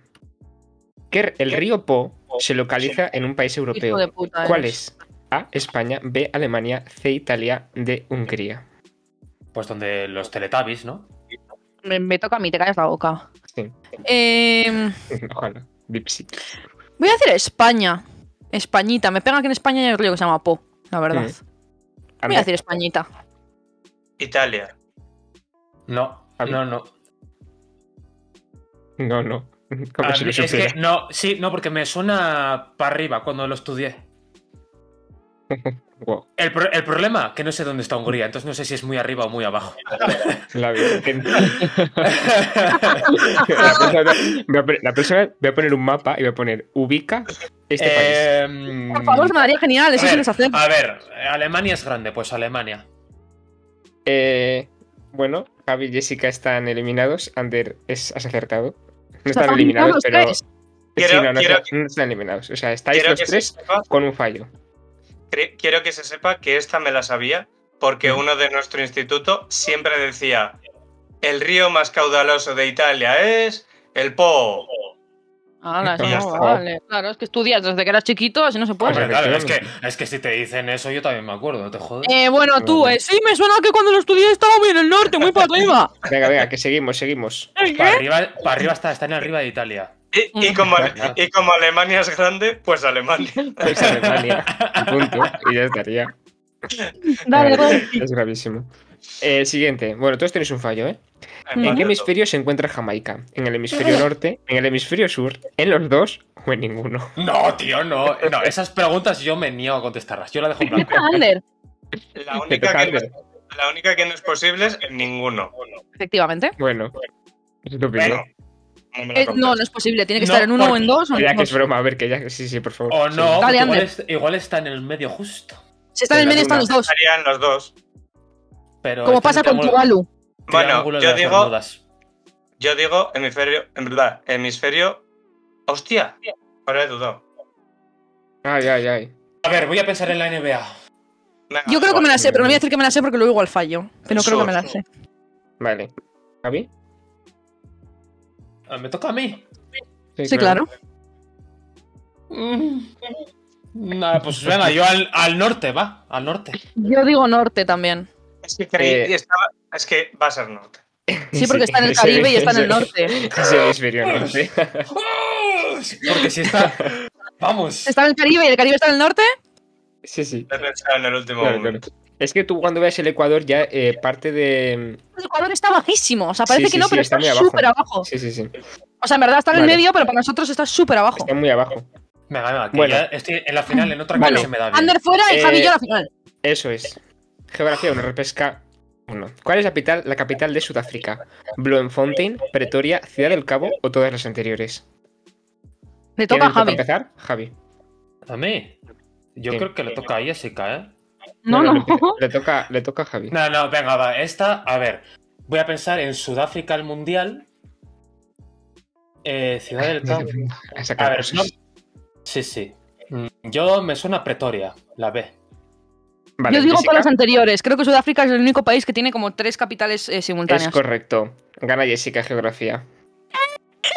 Speaker 2: ¿Qué- el río Po se localiza en un país europeo.
Speaker 3: Hijo de puta, eh.
Speaker 2: ¿Cuál
Speaker 3: eres.
Speaker 2: es? A. España. B. Alemania. C. Italia. D. Hungría.
Speaker 4: Pues donde los Teletubbies, ¿no?
Speaker 3: Me, me toca a mí, te callas la boca.
Speaker 2: Sí.
Speaker 3: Eh,
Speaker 2: Ojalá. Bipsi.
Speaker 3: voy a decir España. Españita. Me pega que en España hay un río que se llama Po, la verdad. Voy a
Speaker 2: Ander.
Speaker 3: decir Españita.
Speaker 1: Italia.
Speaker 4: No,
Speaker 2: A mí.
Speaker 4: no, no.
Speaker 2: No, no. Como
Speaker 4: Ah,
Speaker 2: si lo
Speaker 4: es
Speaker 2: supiera.
Speaker 4: que no, sí, no, porque me suena para arriba cuando lo estudié.
Speaker 2: Wow,
Speaker 4: El, pro- el problema, que no sé dónde está Hungría, entonces no sé si es muy arriba o muy abajo.
Speaker 2: la vida. que- La persona- voy a poner- la persona- voy a poner un mapa y voy a poner ubica este país.
Speaker 4: Eh,
Speaker 3: Por favor, me daría genial. Eso
Speaker 4: a
Speaker 3: sí
Speaker 4: ver,
Speaker 3: los hace.
Speaker 4: A ver, Alemania es grande, pues Alemania.
Speaker 2: Eh, bueno, Javi y Jessica están eliminados. Ander, es, has acertado. No están
Speaker 3: Están
Speaker 2: eliminados,
Speaker 3: eliminados
Speaker 2: pero.
Speaker 3: tres.
Speaker 2: Sí,
Speaker 1: Quiero-
Speaker 2: no, no
Speaker 1: quiero-
Speaker 2: están- no están eliminados. O sea, estáis
Speaker 1: Quiero
Speaker 2: los
Speaker 1: que
Speaker 2: tres
Speaker 1: sepas
Speaker 2: con un fallo.
Speaker 1: cre- quiero que se sepa que esta me la sabía porque
Speaker 2: Mm.
Speaker 1: uno de nuestro instituto siempre decía, el río más caudaloso de Italia es el Po.
Speaker 3: Ala, eso
Speaker 2: Ya
Speaker 3: no
Speaker 2: está.
Speaker 3: vale. Claro, es que estudias desde que eras chiquito, así no se puede.
Speaker 4: Hombre, claro, es que,
Speaker 2: efectivamente.
Speaker 4: es que si te dicen eso, yo también me acuerdo, no te jodas.
Speaker 3: Eh, bueno, tú, eh, sí, me suena que cuando lo estudié estaba muy en el norte, muy para arriba. ¿Eh?
Speaker 2: Venga, venga, que seguimos, seguimos.
Speaker 3: ¿El
Speaker 4: Para
Speaker 3: qué?
Speaker 4: arriba, para arriba está, están arriba de Italia.
Speaker 1: Y, y como, y como Alemania es grande, pues Alemania.
Speaker 2: Pues Alemania. y Punto. Y ya estaría.
Speaker 3: Dale, pues.
Speaker 2: Claro,
Speaker 3: dale.
Speaker 2: Es gravísimo. Eh, siguiente. Bueno, todos tenéis un fallo, ¿eh? ¿En qué
Speaker 1: Vale,
Speaker 2: hemisferio se encuentra Jamaica? ¿En el hemisferio norte? ¿En el hemisferio sur? ¿En los dos? ¿O en ninguno?
Speaker 4: No, tío, no. No, esas preguntas yo me niego a contestarlas. Yo la dejo en blanco.
Speaker 3: Ander.
Speaker 1: La
Speaker 2: Te
Speaker 1: única,
Speaker 2: toca,
Speaker 1: que no,
Speaker 2: Ander.
Speaker 1: la única que no es posible es en ninguno.
Speaker 3: Efectivamente.
Speaker 2: Bueno. Es tu opinión.
Speaker 1: Bueno, no me la
Speaker 3: Eh, no,
Speaker 1: compres.
Speaker 3: no es posible. Tiene que
Speaker 4: No,
Speaker 3: estar en uno o
Speaker 4: porque-
Speaker 3: en dos. O en
Speaker 2: Ya que
Speaker 3: dos.
Speaker 2: es broma, a ver, que ya... Sí, sí, por favor.
Speaker 4: O
Speaker 2: Sí.
Speaker 4: no,
Speaker 3: Dale,
Speaker 4: porque igual,
Speaker 3: Ander.
Speaker 4: es- igual está en el medio justo.
Speaker 3: Si están en el
Speaker 2: la
Speaker 3: medio, están los
Speaker 2: luna.
Speaker 3: dos.
Speaker 1: Estarían los dos.
Speaker 4: Pero
Speaker 3: Como
Speaker 4: este
Speaker 3: pasa con
Speaker 4: triángulo-
Speaker 3: Tuvalu.
Speaker 1: Bueno,
Speaker 4: triángulo de
Speaker 1: yo
Speaker 4: las
Speaker 1: digo,
Speaker 4: Bermudas.
Speaker 1: yo digo hemisferio, en verdad, hemisferio. Hostia, ahora he dudado.
Speaker 2: Ay, ay, ay.
Speaker 4: A ver, voy a pensar en la NBA.
Speaker 1: Venga,
Speaker 3: Yo creo que
Speaker 1: igual.
Speaker 3: me la sé, pero no voy a decir que me la sé porque luego igual fallo. Pero creo que
Speaker 1: Sur.
Speaker 3: me la sé.
Speaker 2: Vale. ¿Javi?
Speaker 4: Ah, ¿Me toca a mí?
Speaker 3: Sí, claro.
Speaker 4: Nada, Mm. pues venga, yo al, al norte, va. Al norte.
Speaker 3: Yo digo norte también.
Speaker 1: Es que creí
Speaker 2: Eh,
Speaker 1: que estaba- Es que va a ser norte.
Speaker 3: Sí, porque está en el
Speaker 2: ese-
Speaker 3: Caribe y está en el
Speaker 2: ese-
Speaker 3: norte.
Speaker 2: Es el hemisferio norte.
Speaker 4: Porque si está. Vamos.
Speaker 3: Está en el Caribe y el Caribe está en el norte.
Speaker 2: Sí, sí.
Speaker 1: Lo he pensado en el último
Speaker 2: Claro, claro.
Speaker 1: momento.
Speaker 2: Es que tú cuando veas el Ecuador ya eh, parte de... mm,
Speaker 3: El Ecuador está bajísimo. O sea, parece
Speaker 2: Sí, sí,
Speaker 3: que no,
Speaker 2: sí,
Speaker 3: pero
Speaker 2: está
Speaker 3: está
Speaker 2: muy abajo.
Speaker 3: súper abajo.
Speaker 2: Sí, sí, sí.
Speaker 3: O sea, en verdad está en
Speaker 2: Vale.
Speaker 3: el medio, pero para nosotros está súper abajo.
Speaker 2: Está muy abajo.
Speaker 4: Venga, venga, que
Speaker 2: Bueno.
Speaker 4: ya estoy en la final, en otra que
Speaker 2: Vale.
Speaker 4: no se me da bien.
Speaker 3: Ander fuera y
Speaker 2: Eh,
Speaker 3: Javi yo a la final.
Speaker 2: Eso es. Geografía 1, repesca 1. ¿Cuál es la capital, la capital de Sudáfrica? ¿Bloemfontein, Pretoria, Ciudad del Cabo o todas las anteriores?
Speaker 3: Le toca a
Speaker 2: ¿Quién
Speaker 3: Javi.
Speaker 2: empezar? Javi.
Speaker 4: ¿A mí? Yo
Speaker 2: Sí.
Speaker 4: creo que le toca a Jessica, ¿eh?
Speaker 3: No, no.
Speaker 2: Le, empieza- le toca, le toca a Javi.
Speaker 4: No, no, venga, va. Esta, a ver. Voy a pensar en Sudáfrica al Mundial. Eh, Ciudad del Cabo.
Speaker 2: A sacar
Speaker 4: A ver,
Speaker 2: cosas.
Speaker 4: no. Sí, sí. Mm, Yo me suena Pretoria, la B.
Speaker 2: Vale,
Speaker 3: yo digo
Speaker 2: Jessica,
Speaker 3: por las anteriores. Creo que Sudáfrica es el único país que tiene como tres capitales eh,
Speaker 2: Es
Speaker 3: simultáneas.
Speaker 2: correcto. Gana Jessica Geografía.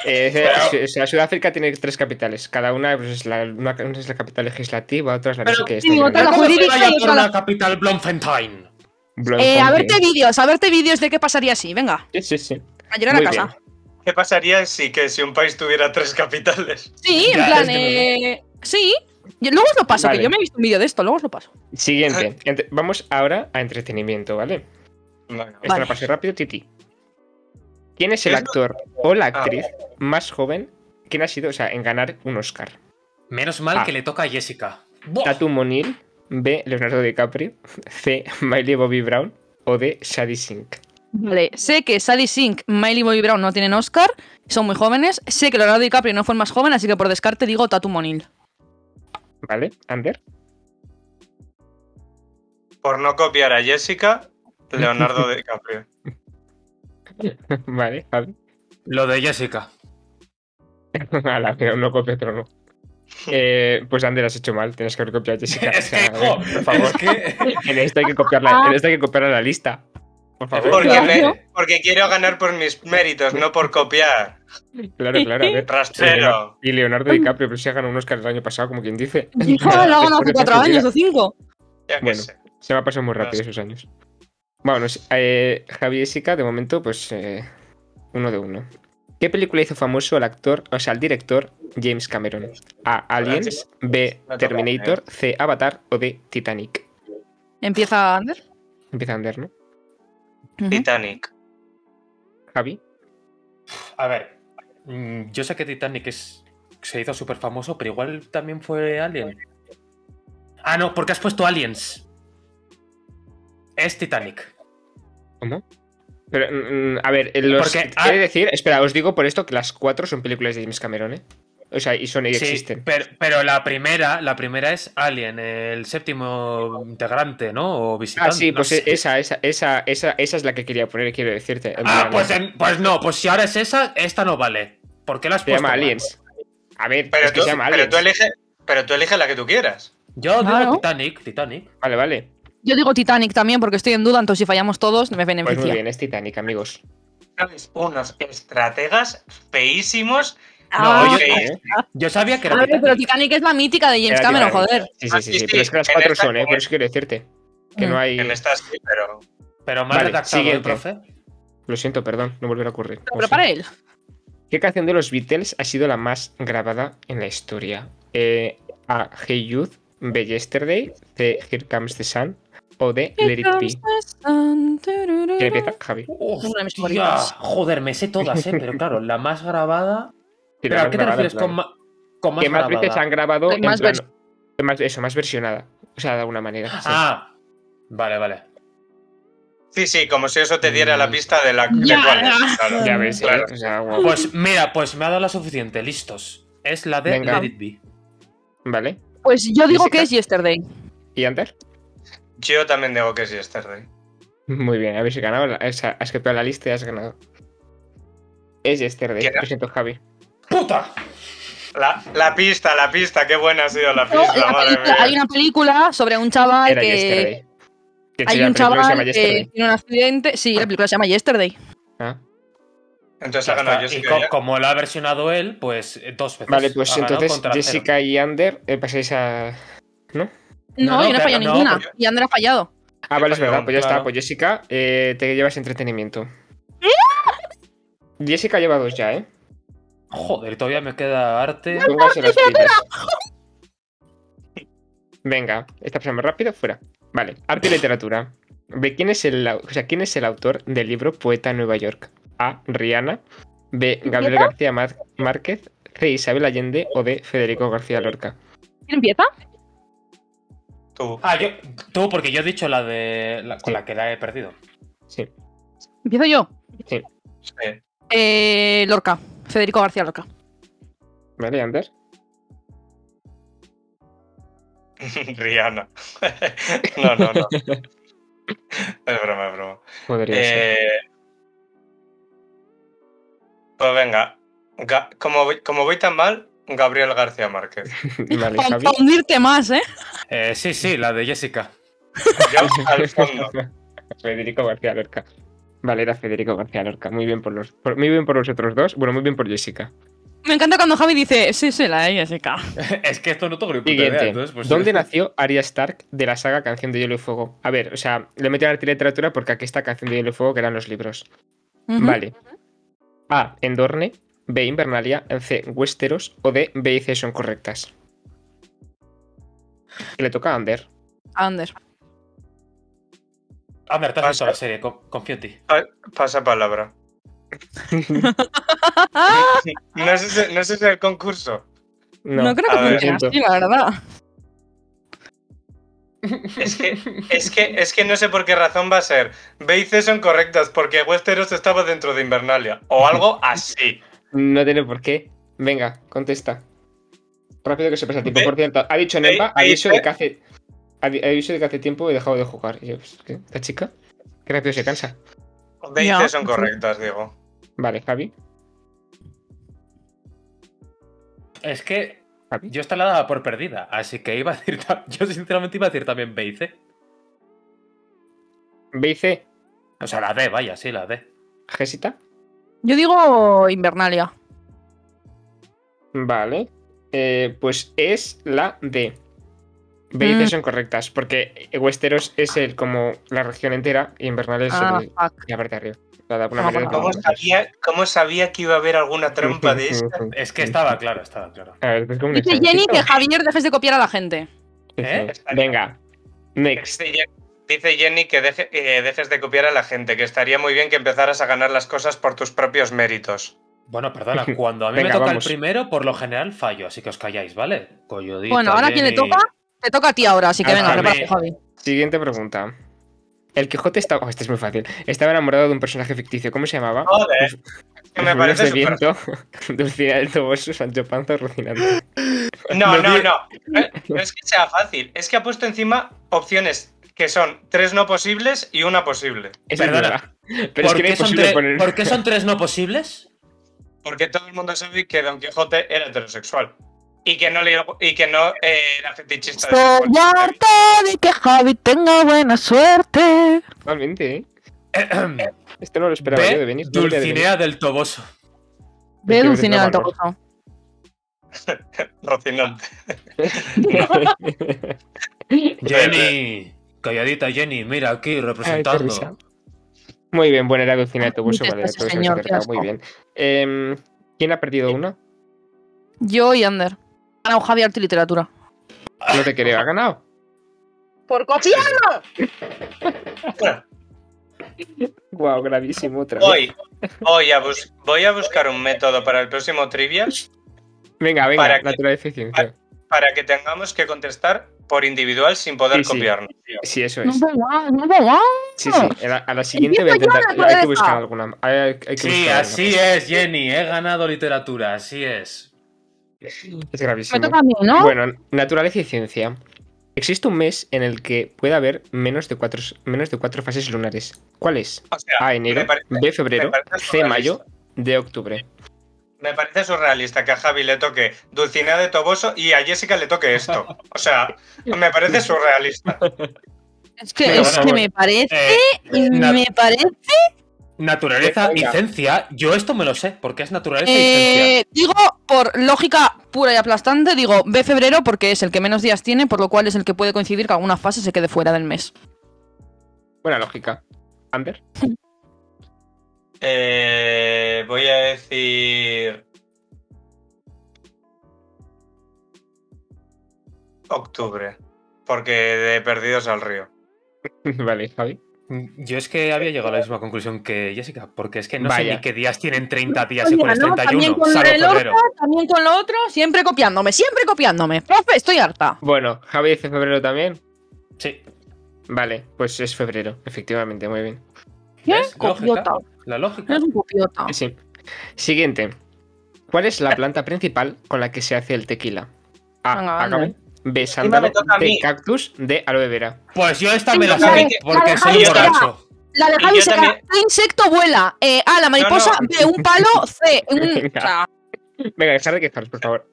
Speaker 2: Eh, o sea, Sudáfrica tiene tres capitales. Cada una, pues, es la, una una es la capital legislativa, otra es la no sé
Speaker 4: Pero,
Speaker 2: qué,
Speaker 3: sí,
Speaker 2: esta
Speaker 3: otra
Speaker 2: grande.
Speaker 3: la
Speaker 4: ¿Cómo se
Speaker 3: jurídica
Speaker 4: vaya
Speaker 3: y
Speaker 4: por
Speaker 3: otra la-
Speaker 4: la capital Bloemfontein?
Speaker 3: Eh, a
Speaker 2: Bloemfontein.
Speaker 3: verte vídeos, a verte vídeos de qué pasaría así. Venga,
Speaker 2: Sí, sí, sí.
Speaker 3: a llorar
Speaker 2: Muy
Speaker 3: a casa.
Speaker 1: ¿Qué pasaría si, que si un país tuviera tres capitales?
Speaker 3: Sí, en
Speaker 4: Ya,
Speaker 3: plan,
Speaker 4: es que
Speaker 3: eh, sí. Yo- luego os lo
Speaker 2: este
Speaker 3: paso,
Speaker 2: Vale.
Speaker 3: que yo me he visto un vídeo de esto, luego os lo paso.
Speaker 2: Siguiente. Ent- Vamos ahora a entretenimiento, ¿vale?
Speaker 1: Venga.
Speaker 2: Esta
Speaker 3: Vale.
Speaker 2: la pasé rápido, Titi. ¿Quién es el
Speaker 1: Esto-
Speaker 2: actor o la
Speaker 1: Ah.
Speaker 2: actriz más joven? ¿Quién ha sido, o sea, en ganar un Oscar?
Speaker 4: Menos mal
Speaker 2: Ah.
Speaker 4: que le toca a Jessica. ¡Buah!
Speaker 2: Tatum O'Neill, B. Leonardo DiCaprio, C. Miley Bobby Brown o D. Sadie Sink.
Speaker 3: Vale, sé que Sadie Sink, Miley Bobby Brown no tienen Oscar, son muy jóvenes. Sé que Leonardo DiCaprio no fue el más joven, así que por descarte digo Tatu Monil.
Speaker 2: ¿Vale? Ander.
Speaker 1: Por no copiar a Jessica, Leonardo DiCaprio.
Speaker 2: Vale, Javi.
Speaker 4: Lo de Jessica.
Speaker 2: A la que no copio otro, no. Eh, pues Ander has hecho mal, tienes que haber copiado a Jessica.
Speaker 4: Es
Speaker 2: O
Speaker 4: que,
Speaker 2: sea,
Speaker 4: jo,
Speaker 2: por favor.
Speaker 4: es que...
Speaker 2: En esto hay que copiar la, en esto hay que copiar a la lista. Por favor.
Speaker 1: Porque,
Speaker 3: Claro.
Speaker 1: me- porque quiero ganar por mis méritos, no por copiar.
Speaker 2: Claro, claro, a ver.
Speaker 1: Rastrero.
Speaker 2: Y Leonardo DiCaprio, pero si ha ganado un Oscar el año pasado, como quien dice.
Speaker 3: Hija, la hago
Speaker 2: Después
Speaker 3: hace
Speaker 2: de
Speaker 3: cuatro
Speaker 2: toda su
Speaker 3: años
Speaker 2: vida.
Speaker 3: o cinco.
Speaker 1: Ya que
Speaker 2: Bueno.
Speaker 1: sé.
Speaker 2: Se me ha pasado muy rápido esos años. Vámonos. Eh, Javi y Jessica, de momento, pues eh, uno de uno. ¿Qué película hizo famoso al actor, o sea, al director James Cameron? A. Aliens, B. Terminator,
Speaker 4: eh.
Speaker 2: C. Avatar o D. Titanic.
Speaker 3: Empieza Ander.
Speaker 2: Empieza a andar, ¿no?
Speaker 3: Ujú.
Speaker 1: Titanic.
Speaker 2: Javi.
Speaker 4: A ver, mm, yo sé que Titanic es... se hizo súper famoso, pero igual también fue Alien. Ah, no, porque has puesto Aliens. Es Titanic.
Speaker 2: ¿Cómo? Pero, mm, mm, a ver, eh, los,
Speaker 4: Porque,
Speaker 2: quiere
Speaker 4: ah-
Speaker 2: decir, espera, os digo por esto que las cuatro son películas de James Cameron, ¿eh? O sea, y son y
Speaker 4: Sí,
Speaker 2: existen.
Speaker 4: pero, pero la primera, la primera es Alien, el séptimo integrante, ¿no? O visitante.
Speaker 2: Ah, sí,
Speaker 4: no
Speaker 2: pues
Speaker 4: sé.
Speaker 2: esa, esa, esa, esa, esa es la que quería poner, quiero decirte. en plan,
Speaker 4: Ah, pues, en- pues no, pues si ahora es esa, esta no vale. ¿Por qué la has
Speaker 2: se
Speaker 4: puesto?
Speaker 2: llama
Speaker 4: mal?
Speaker 2: Aliens. A ver,
Speaker 1: pues Pero,
Speaker 2: es que
Speaker 1: tú,
Speaker 2: se llama
Speaker 1: pero,
Speaker 2: Aliens.
Speaker 1: tú eliges, pero tú eliges la que tú quieras.
Speaker 4: Yo digo
Speaker 3: Claro.
Speaker 4: Titanic, Titanic.
Speaker 2: Vale, vale.
Speaker 3: Yo digo Titanic también porque estoy en duda, entonces si fallamos todos me
Speaker 2: Pues muy
Speaker 3: beneficia.
Speaker 2: bien, es Titanic, amigos.
Speaker 1: Sois unos estrategas feísimos.
Speaker 3: Ah,
Speaker 4: No, yo-
Speaker 1: que-
Speaker 2: ¿eh?
Speaker 4: Yo sabía que
Speaker 3: a
Speaker 4: era
Speaker 3: ver,
Speaker 4: Titanic.
Speaker 3: pero Titanic es la mítica de James
Speaker 2: Era
Speaker 3: Cameron,
Speaker 2: Titanic.
Speaker 3: joder.
Speaker 2: Sí,
Speaker 1: Ah,
Speaker 2: sí, sí,
Speaker 1: sí,
Speaker 2: sí,
Speaker 1: sí,
Speaker 2: Pero es que las
Speaker 1: en
Speaker 2: cuatro
Speaker 1: esta
Speaker 2: son, ¿eh?
Speaker 1: como-
Speaker 2: Por eso quiero decirte. Que no
Speaker 3: Mm.
Speaker 2: hay.
Speaker 1: En esta sí, pero.
Speaker 4: Pero mal
Speaker 2: Vale,
Speaker 4: redactado, ¿eh,
Speaker 2: siguiente.
Speaker 4: profe?
Speaker 2: Lo siento, perdón, no volverá a ocurrir.
Speaker 3: Pero
Speaker 2: Lo
Speaker 3: para
Speaker 2: siento.
Speaker 3: él.
Speaker 2: ¿Qué canción de los Beatles ha sido la más grabada en la historia? Eh, a. Hey Youth, B. Yesterday, C. Here Comes the Sun o D. Let It Be. ¿Quién empieza? Javi.
Speaker 3: una de mis
Speaker 4: Hostia,
Speaker 3: favoritas.
Speaker 4: Joder, me sé todas, ¿eh? Pero claro, la más grabada.
Speaker 2: Sí,
Speaker 4: ¿Pero
Speaker 2: la
Speaker 4: a
Speaker 2: más
Speaker 4: qué te
Speaker 2: grabada,
Speaker 4: refieres
Speaker 2: en plan.
Speaker 4: con, ma- con más
Speaker 2: que más
Speaker 4: grabada?
Speaker 2: veces han grabado
Speaker 3: Hay
Speaker 2: en
Speaker 3: más
Speaker 2: plan-
Speaker 3: vers-
Speaker 2: que más- eso, más versionada. O sea, de alguna manera. sí.
Speaker 4: Ah, vale, vale.
Speaker 1: Sí, sí, como si eso te diera la pista de la de
Speaker 3: Ya.
Speaker 1: cuál es, claro.
Speaker 2: Mm. ya ves, ¿eh?
Speaker 1: Claro.
Speaker 2: O sea, guau.
Speaker 4: Pues mira, pues me ha dado la suficiente, listos. Es la de
Speaker 2: Venga.
Speaker 4: Let It Be.
Speaker 2: Vale.
Speaker 3: Pues yo digo que
Speaker 2: Jessica.
Speaker 3: es Yesterday.
Speaker 2: ¿Y Ander?
Speaker 1: Yo también digo que sí, es tarde.
Speaker 2: Muy bien, habéis ganado. la- o sea, has copiado la lista y has ganado. Es Yesterday.
Speaker 1: ¿Quién era?
Speaker 2: Lo siento, Javi.
Speaker 4: ¡Puta!
Speaker 1: La, la pista, la pista, qué buena ha sido
Speaker 2: Ah,
Speaker 1: la
Speaker 3: No,
Speaker 1: pista,
Speaker 3: la
Speaker 1: madre
Speaker 3: película-
Speaker 1: mía.
Speaker 3: hay una película sobre un chaval
Speaker 2: Era
Speaker 3: Ah, que.
Speaker 2: Yesterday. De hecho,
Speaker 3: Hay
Speaker 2: la
Speaker 3: un
Speaker 2: película se
Speaker 3: chaval
Speaker 2: llama
Speaker 3: que
Speaker 2: Yesterday.
Speaker 3: tiene un accidente. Sí, la película se llama Yesterday.
Speaker 2: Ah.
Speaker 4: Pues
Speaker 1: Entonces
Speaker 4: Ya
Speaker 1: ha ganado
Speaker 4: está. Y
Speaker 1: Jessica.
Speaker 4: co-
Speaker 1: ya.
Speaker 4: como la ha versionado él, pues eh, dos veces.
Speaker 2: Vale, pues
Speaker 4: Ha ganado
Speaker 2: entonces
Speaker 4: contra cero.
Speaker 2: Jessica y Ander eh, pasáis a.
Speaker 3: No,
Speaker 4: no,
Speaker 3: yo no he
Speaker 4: claro,
Speaker 3: fallado
Speaker 4: no,
Speaker 3: ninguna.
Speaker 4: porque-
Speaker 3: Y Ander ha fallado.
Speaker 2: Ah, vale, es verdad,
Speaker 4: Perdón,
Speaker 2: pues ya
Speaker 4: claro.
Speaker 2: está. Pues Jessica, eh, te llevas entretenimiento. Jessica lleva dos ya, ¿eh?
Speaker 4: Joder, todavía me queda arte.
Speaker 2: Pónganse las pilas. Venga, esta pasamos rápido, fuera. Vale, arte y literatura. ¿De quién es el, au- o sea, quién es el autor del libro Poeta en Nueva York? A. Rihanna. B. Gabriel García Mar- Márquez. C. Isabel Allende. O D. Federico García Lorca.
Speaker 3: ¿Quién empieza?
Speaker 1: Tú.
Speaker 4: Ah, yo. Tú, porque yo he dicho la de. la- con la que la he perdido.
Speaker 2: Sí.
Speaker 3: Empiezo yo.
Speaker 1: sí.
Speaker 3: Eh, Lorca. Federico García Lorca.
Speaker 2: ¿Vale, Ander?
Speaker 1: Rihanna. no, no, no. es broma, es broma.
Speaker 2: Podría ser.
Speaker 1: Eh, Pues venga. Ga- como, voy- como voy tan mal, Gabriel García Márquez.
Speaker 2: Vale,
Speaker 3: Para
Speaker 2: Javi.
Speaker 3: hundirte más, ¿eh?
Speaker 4: Eh, sí, sí, la de Jessica.
Speaker 1: Yo al fondo.
Speaker 2: Federico García Lorca. Vale, era Federico García Lorca. Muy bien por los, por- muy bien por los otros dos. Bueno, muy bien por Jessica.
Speaker 3: Me encanta cuando Javi dice, sí, sí, la de Jessica.
Speaker 4: es que esto no tengo ni puta idea,
Speaker 2: Siguiente.
Speaker 4: entonces, pues-
Speaker 2: ¿Dónde nació Arya Stark de la saga Canción de Hielo y Fuego? A ver, o sea, le metí a arte y literatura porque aquí está Canción de Hielo y Fuego, que eran los libros.
Speaker 3: Ujú.
Speaker 2: Vale. A. Endorne. B. Invernalia. C. Westeros. O D. B y C son correctas. Que le toca a Ander.
Speaker 3: Ander.
Speaker 4: Ah, me hartas
Speaker 1: Pasa.
Speaker 4: toda la serie, co- confío en ti.
Speaker 1: Pasa palabra. No es ese, no es ese el concurso.
Speaker 3: No,
Speaker 2: No,
Speaker 3: creo
Speaker 1: a ver.
Speaker 3: que funcione así, la verdad.
Speaker 1: Es que, es, que, es que no sé por qué razón va a ser. B y C son correctas porque Westeros estaba dentro de Invernalia. O algo así.
Speaker 2: no tiene por qué. Venga, contesta. Rápido que se pasa el tiempo.
Speaker 1: Ve-
Speaker 2: Por cierto, ha dicho
Speaker 1: ve-
Speaker 2: Nemba, ha
Speaker 1: ve-
Speaker 2: dicho
Speaker 1: ve-
Speaker 2: de que hace. Ha di- ha dicho de que hace tiempo he dejado de jugar. Y yo, pues, ¿qué? ¿La chica? Qué rápido se cansa.
Speaker 1: B y
Speaker 3: Ya.
Speaker 1: C son correctas, digo.
Speaker 2: Vale, Javi.
Speaker 4: Es que
Speaker 2: Javi.
Speaker 4: yo esta la daba por perdida, así que iba a decir. ta- Yo sinceramente iba a decir también B y C.
Speaker 2: B y C,
Speaker 4: O sea, la D, vaya, sí, la D.
Speaker 2: Jessica.
Speaker 3: Yo digo Invernalia.
Speaker 2: Vale. Eh, pues es la D. B y C
Speaker 3: Mm.
Speaker 2: son correctas, porque Westeros es el como la región entera y Invernal es
Speaker 3: Ah,
Speaker 2: el-
Speaker 3: fuck.
Speaker 2: la parte de arriba. O sea, de alguna
Speaker 3: Ah,
Speaker 2: manera
Speaker 3: bueno.
Speaker 1: ¿Cómo
Speaker 2: no-
Speaker 1: sabía, cómo sabía que iba a haber alguna trampa de esa?
Speaker 4: Es que estaba claro, estaba claro.
Speaker 2: A ver, pues, ¿cómo
Speaker 3: Dice
Speaker 2: está?
Speaker 3: Jenny que Javier dejes de copiar a la gente.
Speaker 4: ¿Eh?
Speaker 2: Venga. Next.
Speaker 1: Dice Jen- dice Jenny que deje- eh, dejes de copiar a la gente, que estaría muy bien que empezaras a ganar las cosas por tus propios méritos.
Speaker 4: Bueno, perdona, cuando a mí
Speaker 2: Venga,
Speaker 4: me toca
Speaker 2: vamos.
Speaker 4: el primero, por lo general fallo, así que os calláis, ¿vale? Coyodito,
Speaker 3: Bueno, ahora ¿quién le
Speaker 4: Jenny.
Speaker 3: toca? Te toca a ti ahora, así que
Speaker 2: Ah,
Speaker 3: venga,
Speaker 2: Javi.
Speaker 3: prepárate, Javi.
Speaker 2: Siguiente pregunta. El Quijote estaba. oh, este es muy fácil. Estaba enamorado de un personaje ficticio. ¿Cómo se llamaba?
Speaker 1: Joder, es Oh, que me
Speaker 2: Los Ruidos
Speaker 1: parece
Speaker 2: de
Speaker 1: súper-
Speaker 2: viento, Dulcinea del Toboso, Sancho Panza, Rocinante.
Speaker 1: No,
Speaker 2: Los
Speaker 1: no,
Speaker 2: Ruidos-
Speaker 1: no. Eh, No es que sea fácil. Es que ha puesto encima opciones que son tres no posibles y una posible.
Speaker 2: Eso es
Speaker 4: Perdona.
Speaker 2: verdad. Pero es
Speaker 4: ¿Por
Speaker 2: que era
Speaker 4: qué son
Speaker 2: imposible
Speaker 4: tres-
Speaker 2: poner.
Speaker 4: ¿Por qué son tres no posibles?
Speaker 1: Porque todo el mundo sabe que Don Quijote era heterosexual. Y que no, le- y que no eh, era fetichista. de
Speaker 3: Estoy
Speaker 1: fútbol.
Speaker 3: harta de que Javi tenga buena suerte.
Speaker 2: Totalmente, ¿eh? Este no lo esperaba
Speaker 4: Ve
Speaker 2: yo de venir. no lo veía de venir.
Speaker 4: Dulcinea del Toboso.
Speaker 3: Ve
Speaker 2: Yo
Speaker 3: Dulcinea del
Speaker 2: creo que
Speaker 3: Toboso.
Speaker 1: Rocinante.
Speaker 4: Jenny. Calladita, Jenny. Mira aquí,
Speaker 2: Ay, qué risa.
Speaker 4: representando.
Speaker 2: Muy bien, buena era Dulcinea de Toboso.
Speaker 3: Ay,
Speaker 2: Vale, la
Speaker 3: ese
Speaker 2: Toboso
Speaker 3: señor,
Speaker 2: se acerca,
Speaker 3: qué
Speaker 2: Muy
Speaker 3: asco.
Speaker 2: bien. Em, ¿Quién ha perdido una?
Speaker 3: Yo y Ander. Ha ganado Javi Arte y Literatura.
Speaker 2: No te creo, ha ganado.
Speaker 3: ¡Por copiar!
Speaker 2: Wow, gravísimo otra vez.
Speaker 1: Hoy, hoy a bus- voy a buscar un método para el próximo trivia
Speaker 2: Venga, venga,
Speaker 1: Para que-
Speaker 2: natural eficiencia.
Speaker 1: para que tengamos que contestar por individual sin poder
Speaker 2: Sí, sí.
Speaker 1: copiarnos.
Speaker 2: Sí, eso
Speaker 3: No
Speaker 2: es.
Speaker 3: da igual, no da igual.
Speaker 2: Sí, sí. A la, a la siguiente voy a
Speaker 3: Empieza
Speaker 2: intentar.
Speaker 3: ya la
Speaker 2: Hay que
Speaker 3: cabeza.
Speaker 2: buscar alguna. Hay, hay que
Speaker 4: Sí,
Speaker 2: buscar
Speaker 4: así es, Jenny. He ganado literatura, así es.
Speaker 2: alguna. Es
Speaker 3: Me
Speaker 2: gravísimo.
Speaker 3: toca a mí, ¿no?
Speaker 2: Bueno, naturaleza y ciencia. Existe un mes en el que puede haber menos de cuatro, menos de cuatro fases lunares. ¿Cuál es?
Speaker 1: O sea,
Speaker 2: A, Ah, enero,
Speaker 1: me parece-
Speaker 2: B, febrero,
Speaker 1: me parece
Speaker 2: C, mayo,
Speaker 1: surrealista.
Speaker 2: D, octubre.
Speaker 1: me parece surrealista que a Javi le toque Dulcinea de Toboso y a Jessica le toque esto. O sea, me parece surrealista.
Speaker 3: Es que,
Speaker 2: Pero
Speaker 3: es
Speaker 4: bueno,
Speaker 3: que
Speaker 4: bueno.
Speaker 3: me parece,
Speaker 4: Eh, nat-
Speaker 3: me parece.
Speaker 4: naturaleza y
Speaker 2: Venga.
Speaker 4: ciencia. Yo esto me lo sé, porque es naturaleza y ciencia.
Speaker 3: eh, digo, por lógica pura y aplastante, digo B febrero porque es el que menos días tiene, por lo cual es el que puede coincidir que alguna fase se quede fuera del mes.
Speaker 2: Buena lógica. Ander.
Speaker 1: Eh, voy a decir. Octubre. Porque de perdidos al río.
Speaker 2: vale, Javi.
Speaker 4: Mm, Yo es que había llegado a la misma conclusión que Jessica, porque es que no
Speaker 2: Vaya.
Speaker 4: sé ni qué días tienen 30 días eh, y cuál es
Speaker 3: Oye, Pues ¿no? También
Speaker 4: 31,
Speaker 3: con
Speaker 4: salvo
Speaker 3: el orto,
Speaker 4: febrero.
Speaker 3: también con lo otro, siempre copiándome, siempre copiándome. Profe, estoy harta.
Speaker 2: Bueno, Javi dice febrero también.
Speaker 4: Sí,
Speaker 2: Vale, pues es febrero, efectivamente, muy bien.
Speaker 3: ¿Qué?
Speaker 4: ¿ves? Lógica.
Speaker 3: Copiota.
Speaker 4: La lógica.
Speaker 3: Eres un copiota.
Speaker 1: Ah.
Speaker 2: Sí. Siguiente. ¿Cuál es la planta principal con la que se hace el tequila?
Speaker 3: Venga,
Speaker 2: A, agave.
Speaker 3: Ander.
Speaker 2: B, sándalo,
Speaker 1: toca a
Speaker 2: D,
Speaker 1: mí.
Speaker 2: cactus, D, aloe vera.
Speaker 4: Pues yo esta me la
Speaker 1: Venga,
Speaker 4: sé
Speaker 1: vale,
Speaker 4: porque
Speaker 3: vale,
Speaker 4: soy
Speaker 1: Javi,
Speaker 4: borracho.
Speaker 3: La de
Speaker 1: Y
Speaker 3: Javi
Speaker 1: yo
Speaker 3: será
Speaker 1: también-
Speaker 3: ¿qué insecto vuela? Eh, A, la mariposa,
Speaker 1: No, no.
Speaker 3: B, un palo, C, un...
Speaker 2: Venga.
Speaker 3: o sea,
Speaker 2: Venga, dejar de quejaros, por favor.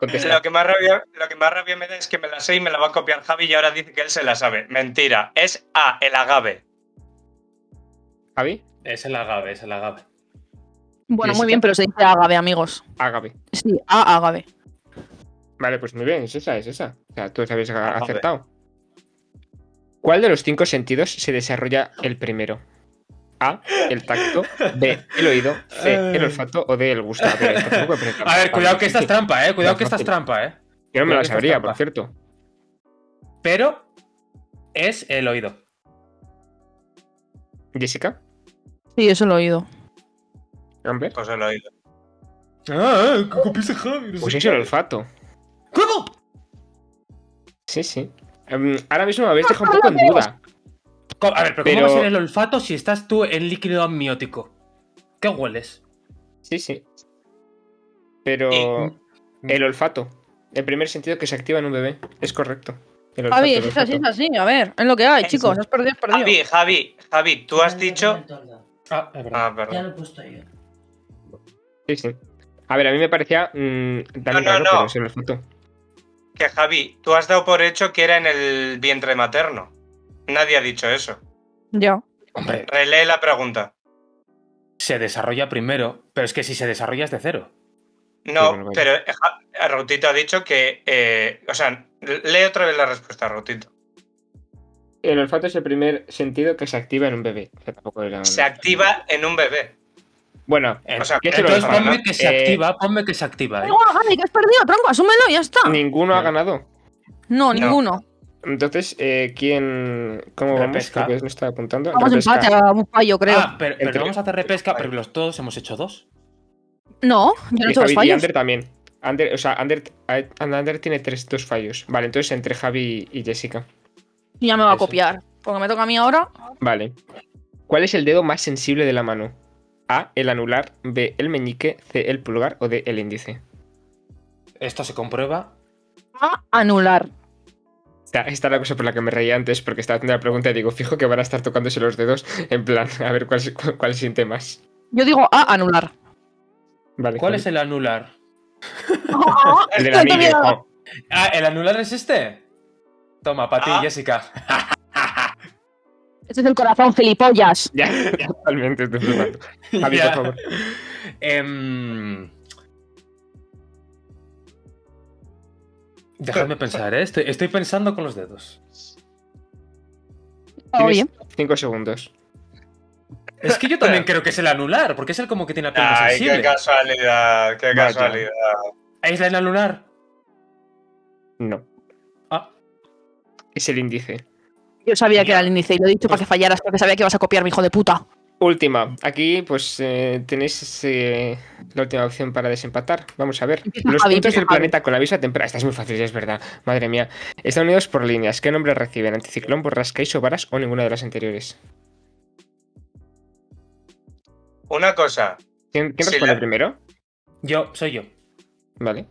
Speaker 2: Contesta.
Speaker 1: Lo que, más rabia, lo que más rabia me da es que me la sé y me la va a copiar Javi y ahora dice que él se la sabe. Mentira. Es A, el agave.
Speaker 2: Javi,
Speaker 4: Es el agave, es el agave.
Speaker 3: Bueno,
Speaker 2: Jessica.
Speaker 3: muy bien, pero se dice agave, amigos.
Speaker 2: agave.
Speaker 3: Sí, A, agave.
Speaker 2: Vale, pues muy bien, es esa, es esa. O sea, tú sabes
Speaker 1: Ah, joder.
Speaker 2: acertado. ¿Cuál de los cinco sentidos se desarrolla el primero? A, el tacto, B, el oído, C, el
Speaker 4: Eh.
Speaker 2: olfato o D, el gusto. A ver, tampoco me parece
Speaker 4: A ver,
Speaker 2: tan
Speaker 4: cuidado que
Speaker 2: fácil.
Speaker 4: esta es trampa, eh. Cuidado
Speaker 2: Más
Speaker 4: que esta es
Speaker 2: fácil.
Speaker 4: trampa, eh.
Speaker 2: Yo no me
Speaker 4: cuidado
Speaker 2: la
Speaker 4: que esta es
Speaker 2: sabría,
Speaker 4: trampa.
Speaker 2: por cierto.
Speaker 4: Pero es el oído.
Speaker 2: Jessica,
Speaker 3: Sí, eso lo he oído.
Speaker 2: Amber.
Speaker 1: Pues se lo digo.
Speaker 4: Ah, que copiaste Javi. no
Speaker 2: Pues
Speaker 4: sé
Speaker 2: es el
Speaker 4: qué.
Speaker 2: olfato.
Speaker 4: ¿Cómo?
Speaker 2: Sí, sí. Em, ahora mismo me habéis dejado un poco en duda.
Speaker 4: Co- A ver, pero,
Speaker 2: Pero-
Speaker 4: ¿cómo va a ser el olfato si estás tú en líquido amniótico? ¿Qué hueles?
Speaker 2: Sí, sí. Pero el olfato, el primer sentido que se activa en un bebé, es correcto. El olfato,
Speaker 3: Javi,
Speaker 2: el
Speaker 3: es así, es
Speaker 2: olfato.
Speaker 3: así. A ver, es lo que hay,
Speaker 1: Sí,
Speaker 3: chicos.
Speaker 1: sí.
Speaker 3: Has perdido, has perdido.
Speaker 1: Javi, Javi, Javi, tú has dicho.
Speaker 4: Ah, es verdad.
Speaker 1: Ah,
Speaker 5: Ya
Speaker 1: perdón.
Speaker 5: lo he puesto yo.
Speaker 2: Sí, sí. A ver, a mí me parecía mm, también
Speaker 1: No, no,
Speaker 2: raro,
Speaker 1: no.
Speaker 2: pero es el olfato.
Speaker 1: Que Javi, tú has dado por hecho que era en el vientre materno. Nadie ha dicho eso.
Speaker 3: Ya.
Speaker 4: Hombre,
Speaker 1: Relee la pregunta.
Speaker 4: se desarrolla primero, pero es que si se desarrolla es de cero.
Speaker 2: Sí,
Speaker 1: No,
Speaker 2: bueno, vaya.
Speaker 1: pero eh, Ja- Rautito ha dicho que. eh, o sea, lee otra vez la respuesta, Rautito.
Speaker 2: El olfato es el primer sentido que se activa en un bebé. O sea, tampoco era-
Speaker 1: Se activa en un bebé.
Speaker 2: Bueno,
Speaker 1: O sea,
Speaker 2: ¿qué es el
Speaker 4: Entonces
Speaker 2: olfato?
Speaker 4: ponme que se
Speaker 2: Eh,
Speaker 4: activa, ponme que se activa.
Speaker 3: Da
Speaker 4: eh.
Speaker 3: igual, Javi, que has perdido, tronco, asúmelo y ya está.
Speaker 2: Ninguno ha
Speaker 4: No.
Speaker 2: ganado.
Speaker 3: No, ninguno.
Speaker 2: Entonces, eh, ¿quién. ¿Cómo vamos?
Speaker 4: Repesca.
Speaker 2: Creo que no está apuntando.
Speaker 3: Vamos
Speaker 2: Repesca.
Speaker 3: empate a un fallo, creo.
Speaker 4: Ah, pero, pero
Speaker 2: Entre-
Speaker 4: vamos a hacer repesca, pero los todos hemos hecho dos.
Speaker 3: no, yo no he
Speaker 2: Y
Speaker 3: hecho
Speaker 2: Javi
Speaker 3: los
Speaker 2: y
Speaker 3: fallos.
Speaker 2: Ander también. Ander, o sea, Ander, Ander tiene tres, dos fallos. Vale, entonces entre Javi y Jessica.
Speaker 3: Ya me va a
Speaker 4: Eso.
Speaker 3: copiar. Porque me toca a mí ahora.
Speaker 2: Vale. ¿Cuál es el dedo más sensible de la mano? A, el anular, B, el meñique, C, el pulgar o D, el índice.
Speaker 4: Esto se comprueba.
Speaker 3: A anular.
Speaker 2: Esta, esta es la cosa por la que me reía antes, porque estaba haciendo la pregunta y digo, fijo que van a estar tocándose los dedos, en plan, a ver cuál, se- cu- cuál siente más.
Speaker 3: Yo digo A anular.
Speaker 2: Vale,
Speaker 4: ¿Cuál
Speaker 2: Javi.
Speaker 4: es el anular?
Speaker 2: El del
Speaker 3: ¿Cuánto
Speaker 2: anillo.
Speaker 3: miedo?
Speaker 2: jo.
Speaker 4: Ah, ¿el anular es este? Toma, para ti,
Speaker 1: Ah.
Speaker 4: Jessica.
Speaker 3: Este es el corazón, gilipollas.
Speaker 2: Ya, ya, totalmente. estoy flipando. Javi,
Speaker 4: Ya.
Speaker 2: por favor.
Speaker 4: Em, Dejadme pensar, ¿eh? Estoy, estoy pensando con los dedos.
Speaker 3: Todo
Speaker 2: Tienes
Speaker 3: bien.
Speaker 2: Cinco segundos.
Speaker 4: Es que yo también creo que es el anular, porque es el como que tiene la piel más
Speaker 1: Ay, qué
Speaker 4: sensible.
Speaker 1: casualidad, qué
Speaker 2: Vaya.
Speaker 1: casualidad.
Speaker 4: ¿Es el anular?
Speaker 2: No.
Speaker 4: Ah.
Speaker 2: Es el índice.
Speaker 3: Yo sabía que era el índice y lo he dicho para que fallaras porque sabía que ibas a copiar, mi hijo de puta.
Speaker 2: Última. Aquí, pues, eh, tenéis eh, la última opción para desempatar. Vamos a ver.
Speaker 3: Empieza
Speaker 2: Los
Speaker 3: Javi,
Speaker 2: puntos
Speaker 3: empieza
Speaker 2: del
Speaker 3: Javi.
Speaker 2: planeta con la vista temprana. Esta es muy fácil, ya es verdad. Madre mía. Están unidos por líneas. ¿Qué nombre reciben? ¿Anticiclón, borrasca y sobaras o ninguna de las anteriores?
Speaker 1: Una cosa,
Speaker 2: ¿Quién, quién
Speaker 1: Sí,
Speaker 2: responde
Speaker 1: la-
Speaker 2: primero?
Speaker 4: Yo, soy yo.
Speaker 2: Vale.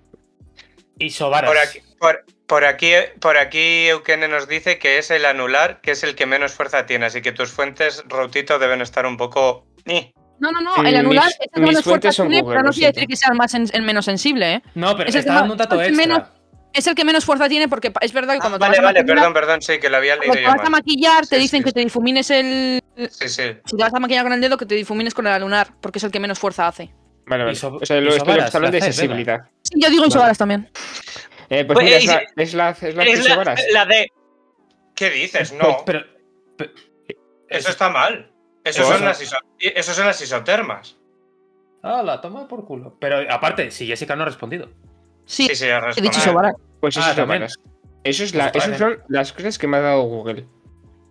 Speaker 4: Y Sobaras.
Speaker 1: por aquí, por, por aquí, por aquí Eukene nos dice que es el anular, que es el que menos fuerza tiene, así que tus fuentes, Rautito, deben estar un poco... Ni.
Speaker 3: No, no, no,
Speaker 2: Mm,
Speaker 3: el anular
Speaker 2: mis-
Speaker 3: es el
Speaker 2: mis
Speaker 3: menos fuerte
Speaker 2: fuentes son Google,
Speaker 3: pero no
Speaker 2: lo
Speaker 3: quiere decir
Speaker 2: siento.
Speaker 3: que sea el, más sen- el menos sensible, ¿eh?
Speaker 4: No, pero
Speaker 3: Es el
Speaker 4: está
Speaker 3: que
Speaker 4: dando un dato
Speaker 3: más-
Speaker 4: extra.
Speaker 3: menos- Es el que menos fuerza tiene porque pa- es verdad que cuando te
Speaker 1: Ah, vale,
Speaker 3: vas a
Speaker 1: vale,
Speaker 3: maquillar,
Speaker 1: perdón, perdón, sí, que lo había
Speaker 3: cuando
Speaker 1: leído
Speaker 3: te
Speaker 1: yo
Speaker 3: vas a
Speaker 1: mal.
Speaker 3: maquillar te
Speaker 1: Sí,
Speaker 3: dicen
Speaker 1: sí.
Speaker 3: que te difumines el...
Speaker 1: Sí, sí.
Speaker 3: Si te vas a maquillar con el dedo, que te difumines con el anular, porque es el que menos fuerza hace.
Speaker 2: Vale, vale.
Speaker 4: Y sob-
Speaker 2: o sea,
Speaker 4: y
Speaker 2: lo, esto lo que
Speaker 4: sobaras,
Speaker 2: está hablando
Speaker 4: la
Speaker 2: de
Speaker 4: haces, venga.
Speaker 2: sensibilidad.
Speaker 3: Sí, yo digo isobaras también.
Speaker 2: Eh, pues
Speaker 1: Pues,
Speaker 2: mira,
Speaker 1: eh,
Speaker 2: es la, es la, es la
Speaker 1: Es
Speaker 2: Ciso
Speaker 1: la,
Speaker 2: Varas.
Speaker 1: la de... ¿Qué dices? No,
Speaker 4: Pero, pero-
Speaker 1: eso está mal. Eso
Speaker 4: Eso-
Speaker 1: son, las iso- eso son las isotermas.
Speaker 4: Hala, toma por culo. Pero aparte, si Jessica no ha respondido.
Speaker 3: Sí,
Speaker 1: Sí, sí, has
Speaker 3: he dicho
Speaker 1: respondido.
Speaker 3: isobaras.
Speaker 2: Pues eso
Speaker 4: Ah,
Speaker 2: es lo
Speaker 4: también.
Speaker 2: varas. Eso es la,
Speaker 4: Pues
Speaker 2: esas son las cosas que me ha dado Google.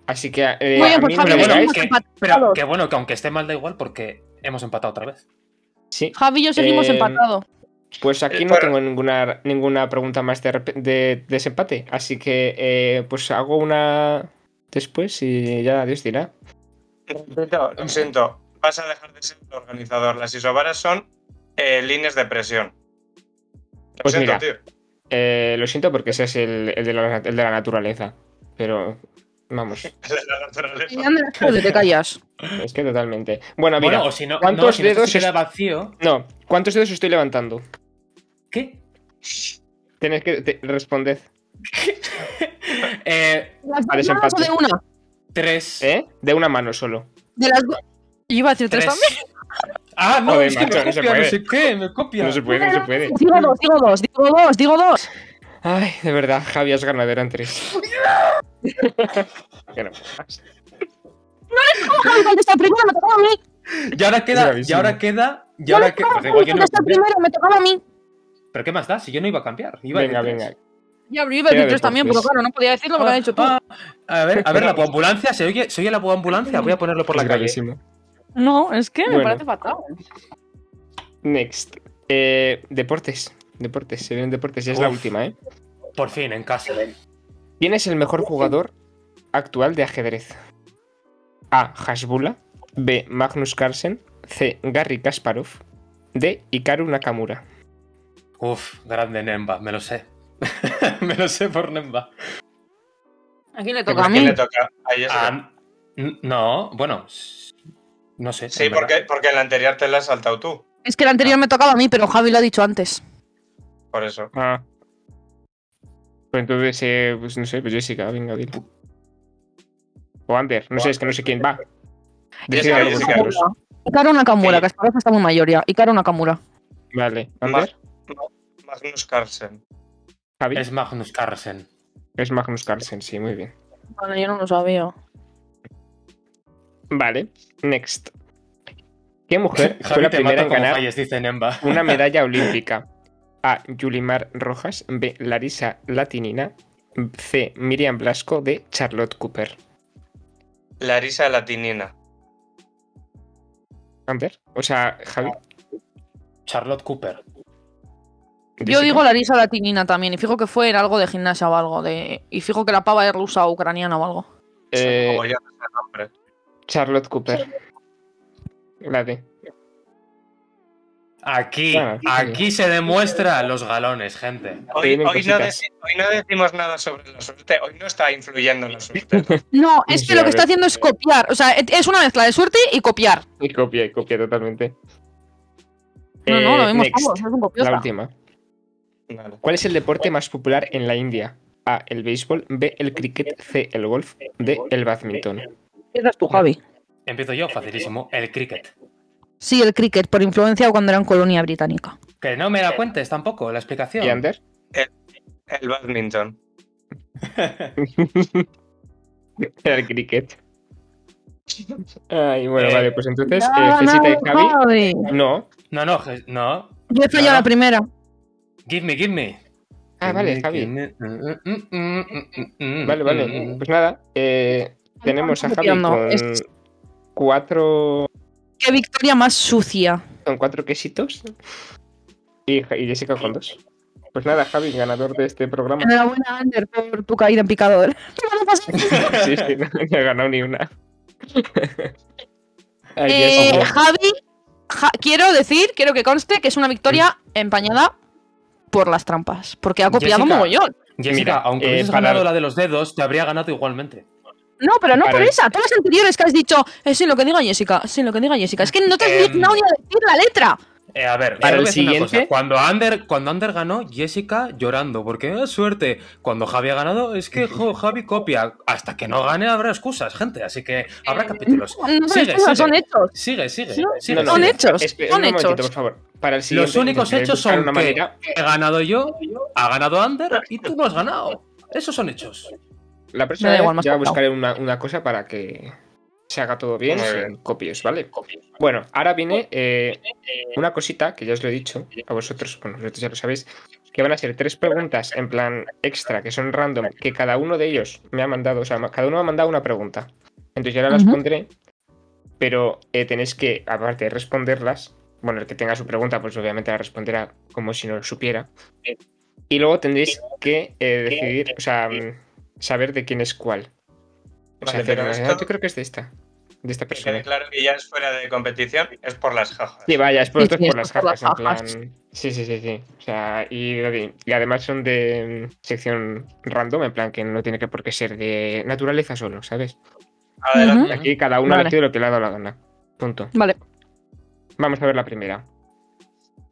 Speaker 2: Así que eh,
Speaker 3: Muy
Speaker 2: a mí
Speaker 3: bien, pues
Speaker 2: no
Speaker 3: Javi,
Speaker 2: me
Speaker 4: Pero
Speaker 3: bueno,
Speaker 2: digáis-
Speaker 3: hemos
Speaker 4: que-
Speaker 3: empatado.
Speaker 4: Pero que bueno, que aunque esté mal da igual porque hemos empatado otra vez.
Speaker 2: Sí,
Speaker 3: Javi y yo seguimos
Speaker 2: Eh,
Speaker 3: empatados.
Speaker 2: pues aquí
Speaker 1: Eh,
Speaker 2: no
Speaker 1: para-
Speaker 2: tengo ninguna, ninguna pregunta más de, rep- de desempate. Así que eh, pues hago una después y ya Dios dirá.
Speaker 1: Repito, Lo siento, vas a dejar de ser el organizador. Las isobaras son eh, líneas de presión. Lo
Speaker 2: Pues
Speaker 1: siento,
Speaker 2: mira.
Speaker 1: tío.
Speaker 2: Eh, lo siento porque ese es el, el de la, el de la naturaleza. Pero vamos,
Speaker 1: La naturaleza.
Speaker 3: Y anda, joder, te callas.
Speaker 2: es que totalmente. Bueno, Ah, mira,
Speaker 4: Bueno, o si no,
Speaker 2: ¿cuántos
Speaker 4: no, si no, esto
Speaker 2: dedos
Speaker 4: se queda
Speaker 2: es-
Speaker 4: vacío.
Speaker 2: no, ¿cuántos dedos estoy levantando?
Speaker 4: ¿Qué?
Speaker 2: Tenéis que te- responded.
Speaker 4: Eh,
Speaker 3: ¿De las
Speaker 2: Vale,
Speaker 3: dos
Speaker 2: se
Speaker 3: manos o
Speaker 2: empate.
Speaker 3: de una?
Speaker 4: tres.
Speaker 2: ¿Eh? De una mano solo.
Speaker 3: De las dos. Yo iba a decir tres,
Speaker 4: Tres.
Speaker 3: también.
Speaker 4: Ah, no,
Speaker 2: Joder,
Speaker 4: es que
Speaker 2: macho,
Speaker 4: me
Speaker 2: no se
Speaker 4: copia, no,
Speaker 2: puede.
Speaker 4: sé qué, me copia.
Speaker 2: No se puede, no se puede.
Speaker 3: Digo dos, digo dos, digo dos, digo dos.
Speaker 2: Ay, de verdad, Javi es ganadera en tres. Que no.
Speaker 3: ¿Cómo Javi contesta primero? Me tocaba a mí.
Speaker 4: Y ahora queda, y
Speaker 2: Gravísimo.
Speaker 4: ahora queda, y
Speaker 3: Yo
Speaker 4: ahora
Speaker 3: no
Speaker 4: queda.
Speaker 3: estaba,
Speaker 4: Pues igual
Speaker 3: Javi
Speaker 4: yo no iba a
Speaker 3: contesta
Speaker 4: cambiar.
Speaker 3: primero, me tocaba a mí.
Speaker 4: Pero ¿qué más da? Si yo no iba a cambiar. Iba a
Speaker 2: venga,
Speaker 4: decir
Speaker 2: venga.
Speaker 3: Ya, pero yo iba a
Speaker 2: Era
Speaker 3: decir
Speaker 2: de
Speaker 3: tres también,
Speaker 2: cortes.
Speaker 3: pero claro, no podía decirlo
Speaker 4: tres.
Speaker 3: porque lo has dicho tú.
Speaker 4: Ah, ah, a ver, a ver, la ambulancia, ¿se oye, ¿se oye la ambulancia? Voy a ponerlo por la
Speaker 2: Es
Speaker 4: calle.
Speaker 2: gravísimo.
Speaker 3: No, es que me
Speaker 2: Bueno.
Speaker 3: parece fatal.
Speaker 2: Next. Eh, deportes. Deportes, se vienen deportes, ya es la
Speaker 4: Uf.
Speaker 2: última, ¿eh?
Speaker 4: Por fin, en casa.
Speaker 2: ¿Quién es el mejor jugador actual de ajedrez? A. Hasbula. B. Magnus Carlsen. C. Gary Kasparov. D. Hikaru Nakamura.
Speaker 4: Uf, grande Nemba, me lo sé. me lo sé por Nemba.
Speaker 3: ¿A quién le
Speaker 2: Pues
Speaker 3: toca? A
Speaker 1: ¿Quién
Speaker 3: mí.
Speaker 1: le toca? A Jessica.
Speaker 4: Ah, n- no, bueno, s- no sé.
Speaker 1: sí,
Speaker 4: en verdad.
Speaker 1: porque, porque en la anterior te la has saltado tú.
Speaker 3: Es que el anterior me tocaba a mí, pero Javi lo ha dicho antes.
Speaker 1: Por eso.
Speaker 2: Ah. Pues entonces, eh, pues no sé, pues Jessica, venga, dile. O Ander, no sé, es que no sé quién va. Decid
Speaker 1: Jessica,
Speaker 2: algo
Speaker 1: Jessica.
Speaker 2: vosotros.
Speaker 3: Hikaru Nakamura,
Speaker 1: Sí.
Speaker 3: que hasta ahora está muy mayoría. Hikaru Nakamura.
Speaker 2: Vale, Ander,
Speaker 1: Magnus Carlsen.
Speaker 2: Javi.
Speaker 4: Es Magnus Carlsen.
Speaker 2: Es Magnus Carlsen, sí, muy bien.
Speaker 3: Vale, yo no lo sabía.
Speaker 2: Vale, next. ¿Qué mujer fue
Speaker 4: Javi
Speaker 2: la
Speaker 4: te
Speaker 2: primera
Speaker 4: mata
Speaker 2: en
Speaker 4: como
Speaker 2: ganar
Speaker 4: falles, dice Nemba.
Speaker 2: una medalla olímpica? A. Yulimar Rojas. B. Larisa Latinina. C. Miriam Blasco. D. Charlotte Cooper.
Speaker 1: Larisa Latinina.
Speaker 2: Ander, o sea, Javi.
Speaker 4: Charlotte Cooper.
Speaker 3: Yo
Speaker 2: Jessica.
Speaker 3: digo Larisa Latinina también, y fijo que fue en algo de gimnasia o algo. De... Y fijo que la pava es rusa o ucraniana o algo.
Speaker 2: Eh,
Speaker 1: Como ya no sé el nombre.
Speaker 2: Charlotte Cooper. La D.
Speaker 4: Aquí,
Speaker 2: Ah, sí.
Speaker 4: aquí se demuestra los galones, gente.
Speaker 1: Hoy,
Speaker 2: vienen
Speaker 1: hoy no
Speaker 2: cositas.
Speaker 1: deci- hoy no decimos nada sobre la suerte. Hoy no está influyendo en la suerte.
Speaker 3: No,
Speaker 2: Sí,
Speaker 3: es
Speaker 2: sí,
Speaker 3: que lo
Speaker 2: a ver.
Speaker 3: que está haciendo es copiar. O sea, et- es una mezcla de suerte y copiar.
Speaker 2: Y copia, y copia totalmente.
Speaker 3: No, no,
Speaker 2: Eh,
Speaker 3: lo vimos
Speaker 2: next,
Speaker 3: todos, es un
Speaker 2: La
Speaker 3: copiosa.
Speaker 2: última.
Speaker 1: Vale.
Speaker 2: ¿Cuál es el deporte más popular en la India? A. El béisbol. B. El cricket. C. El golf. D. El badminton.
Speaker 3: Empiezas tú, Javi.
Speaker 4: Empiezo yo, facilísimo. El cricket.
Speaker 3: Sí, el cricket, por influencia cuando eran colonia británica.
Speaker 4: Que no me la cuentes tampoco, la explicación.
Speaker 2: ¿Y Ander?
Speaker 1: El badminton.
Speaker 2: El cricket. Ay, bueno,
Speaker 4: Eh,
Speaker 2: vale, pues entonces, eh,
Speaker 3: Nada,
Speaker 2: Cesita y
Speaker 3: nada,
Speaker 2: Javi.
Speaker 3: Javi.
Speaker 2: No.
Speaker 4: No, no, je- no.
Speaker 3: Yo he fallado
Speaker 4: Nada.
Speaker 3: la primera.
Speaker 4: Give me, give me.
Speaker 2: Ah,
Speaker 4: Give
Speaker 2: vale,
Speaker 4: me,
Speaker 2: Javi.
Speaker 4: give me. Mm, mm, mm, mm, mm, mm,
Speaker 2: Vale, vale.
Speaker 4: mm, mm.
Speaker 2: Pues nada, eh, tenemos a Javi
Speaker 3: Entiendo,
Speaker 2: con
Speaker 3: es-
Speaker 2: cuatro,
Speaker 3: Qué victoria más sucia.
Speaker 2: con cuatro quesitos y, Ja- y Jessica con dos. Pues nada, Javi, ganador de este programa.
Speaker 3: Enhorabuena, Ander, por tu caída en picado.
Speaker 2: Sí, sí, no, no he ganado ni una. Ay,
Speaker 3: Eh,
Speaker 2: Jessica.
Speaker 3: Javi, Ja- quiero decir, quiero que conste que es una victoria empañada por las trampas, porque ha copiado
Speaker 4: Jessica.
Speaker 3: mogollón.
Speaker 4: Jessica,
Speaker 2: Mira,
Speaker 4: aunque
Speaker 2: eh,
Speaker 4: hubieses
Speaker 2: para-
Speaker 4: ganado la de los dedos, te habría ganado igualmente.
Speaker 3: No, pero no
Speaker 2: Para
Speaker 3: por
Speaker 2: el-
Speaker 3: esa, todas las anteriores que has dicho, es sí, lo que diga Jessica, sí, lo que diga Jessica. Es que no te has
Speaker 4: Em.
Speaker 3: dignado ni a decir la letra.
Speaker 4: Eh, a ver,
Speaker 2: Para el
Speaker 4: solo voy a decir una
Speaker 2: siguiente-
Speaker 4: cosa. Cuando Ander, cuando Ander ganó, Jessica llorando, porque "Ah, suerte. Cuando Javi ha ganado, es que jo, Javi copia. Hasta que no gane habrá excusas, gente. Así que habrá capítulos.
Speaker 3: No son
Speaker 4: Sigue,
Speaker 3: excusas,
Speaker 4: sigue.
Speaker 3: son hechos.
Speaker 4: Sigue, sigue.
Speaker 3: No,
Speaker 4: sigue,
Speaker 3: no, Son
Speaker 4: sigue.
Speaker 3: hechos,
Speaker 2: Espe-
Speaker 3: son
Speaker 2: un momentito,
Speaker 3: hechos.
Speaker 2: por favor. Para el siguiente
Speaker 4: únicos
Speaker 2: intentaré
Speaker 4: hechos
Speaker 2: buscar
Speaker 4: son
Speaker 2: una
Speaker 4: que-
Speaker 2: manera-
Speaker 4: He ganado yo, ha ganado Ander y tú no has ganado. Esos son hechos.
Speaker 2: La próxima
Speaker 3: Me da
Speaker 2: vez
Speaker 3: igual, más
Speaker 2: ya
Speaker 3: cortado.
Speaker 2: buscaré una, una cosa para que se haga todo bien
Speaker 1: Muy
Speaker 2: sin
Speaker 1: bien.
Speaker 2: copios, ¿vale? Bueno, ahora viene eh, una cosita que ya os lo he dicho a vosotros, bueno, vosotros ya lo sabéis, que van a ser tres preguntas en plan extra, que son random, que cada uno de ellos me ha mandado, o sea, ma- cada uno me ha mandado una pregunta. Entonces yo ahora las
Speaker 3: Ujú.
Speaker 2: pondré, pero eh, tenéis que, aparte de responderlas, bueno, el que tenga su pregunta, pues obviamente la responderá como si no lo supiera. Y luego tendréis que eh, decidir, o sea, mm, saber de quién es cuál. O sea,
Speaker 1: Vale, pero
Speaker 2: hacer-
Speaker 1: esto-
Speaker 2: yo creo que es de esta. De esta
Speaker 1: Que quede
Speaker 2: persona.
Speaker 1: claro que ya es fuera de competición, es por las jajas.
Speaker 2: Sí, vaya, es por,
Speaker 3: Sí,
Speaker 2: otros
Speaker 3: sí,
Speaker 2: por
Speaker 3: es
Speaker 2: las
Speaker 3: por las
Speaker 2: jajas, en
Speaker 3: jajas.
Speaker 2: plan. Sí, sí, sí, sí. O sea, y, y además son de mm, sección random, en plan que no tiene que por qué ser de naturaleza solo, ¿sabes?
Speaker 1: Adelante.
Speaker 2: Aquí cada uno ha
Speaker 3: Vale.
Speaker 2: elegido lo que le ha dado la gana. Punto.
Speaker 3: Vale,
Speaker 2: Vamos a ver la primera.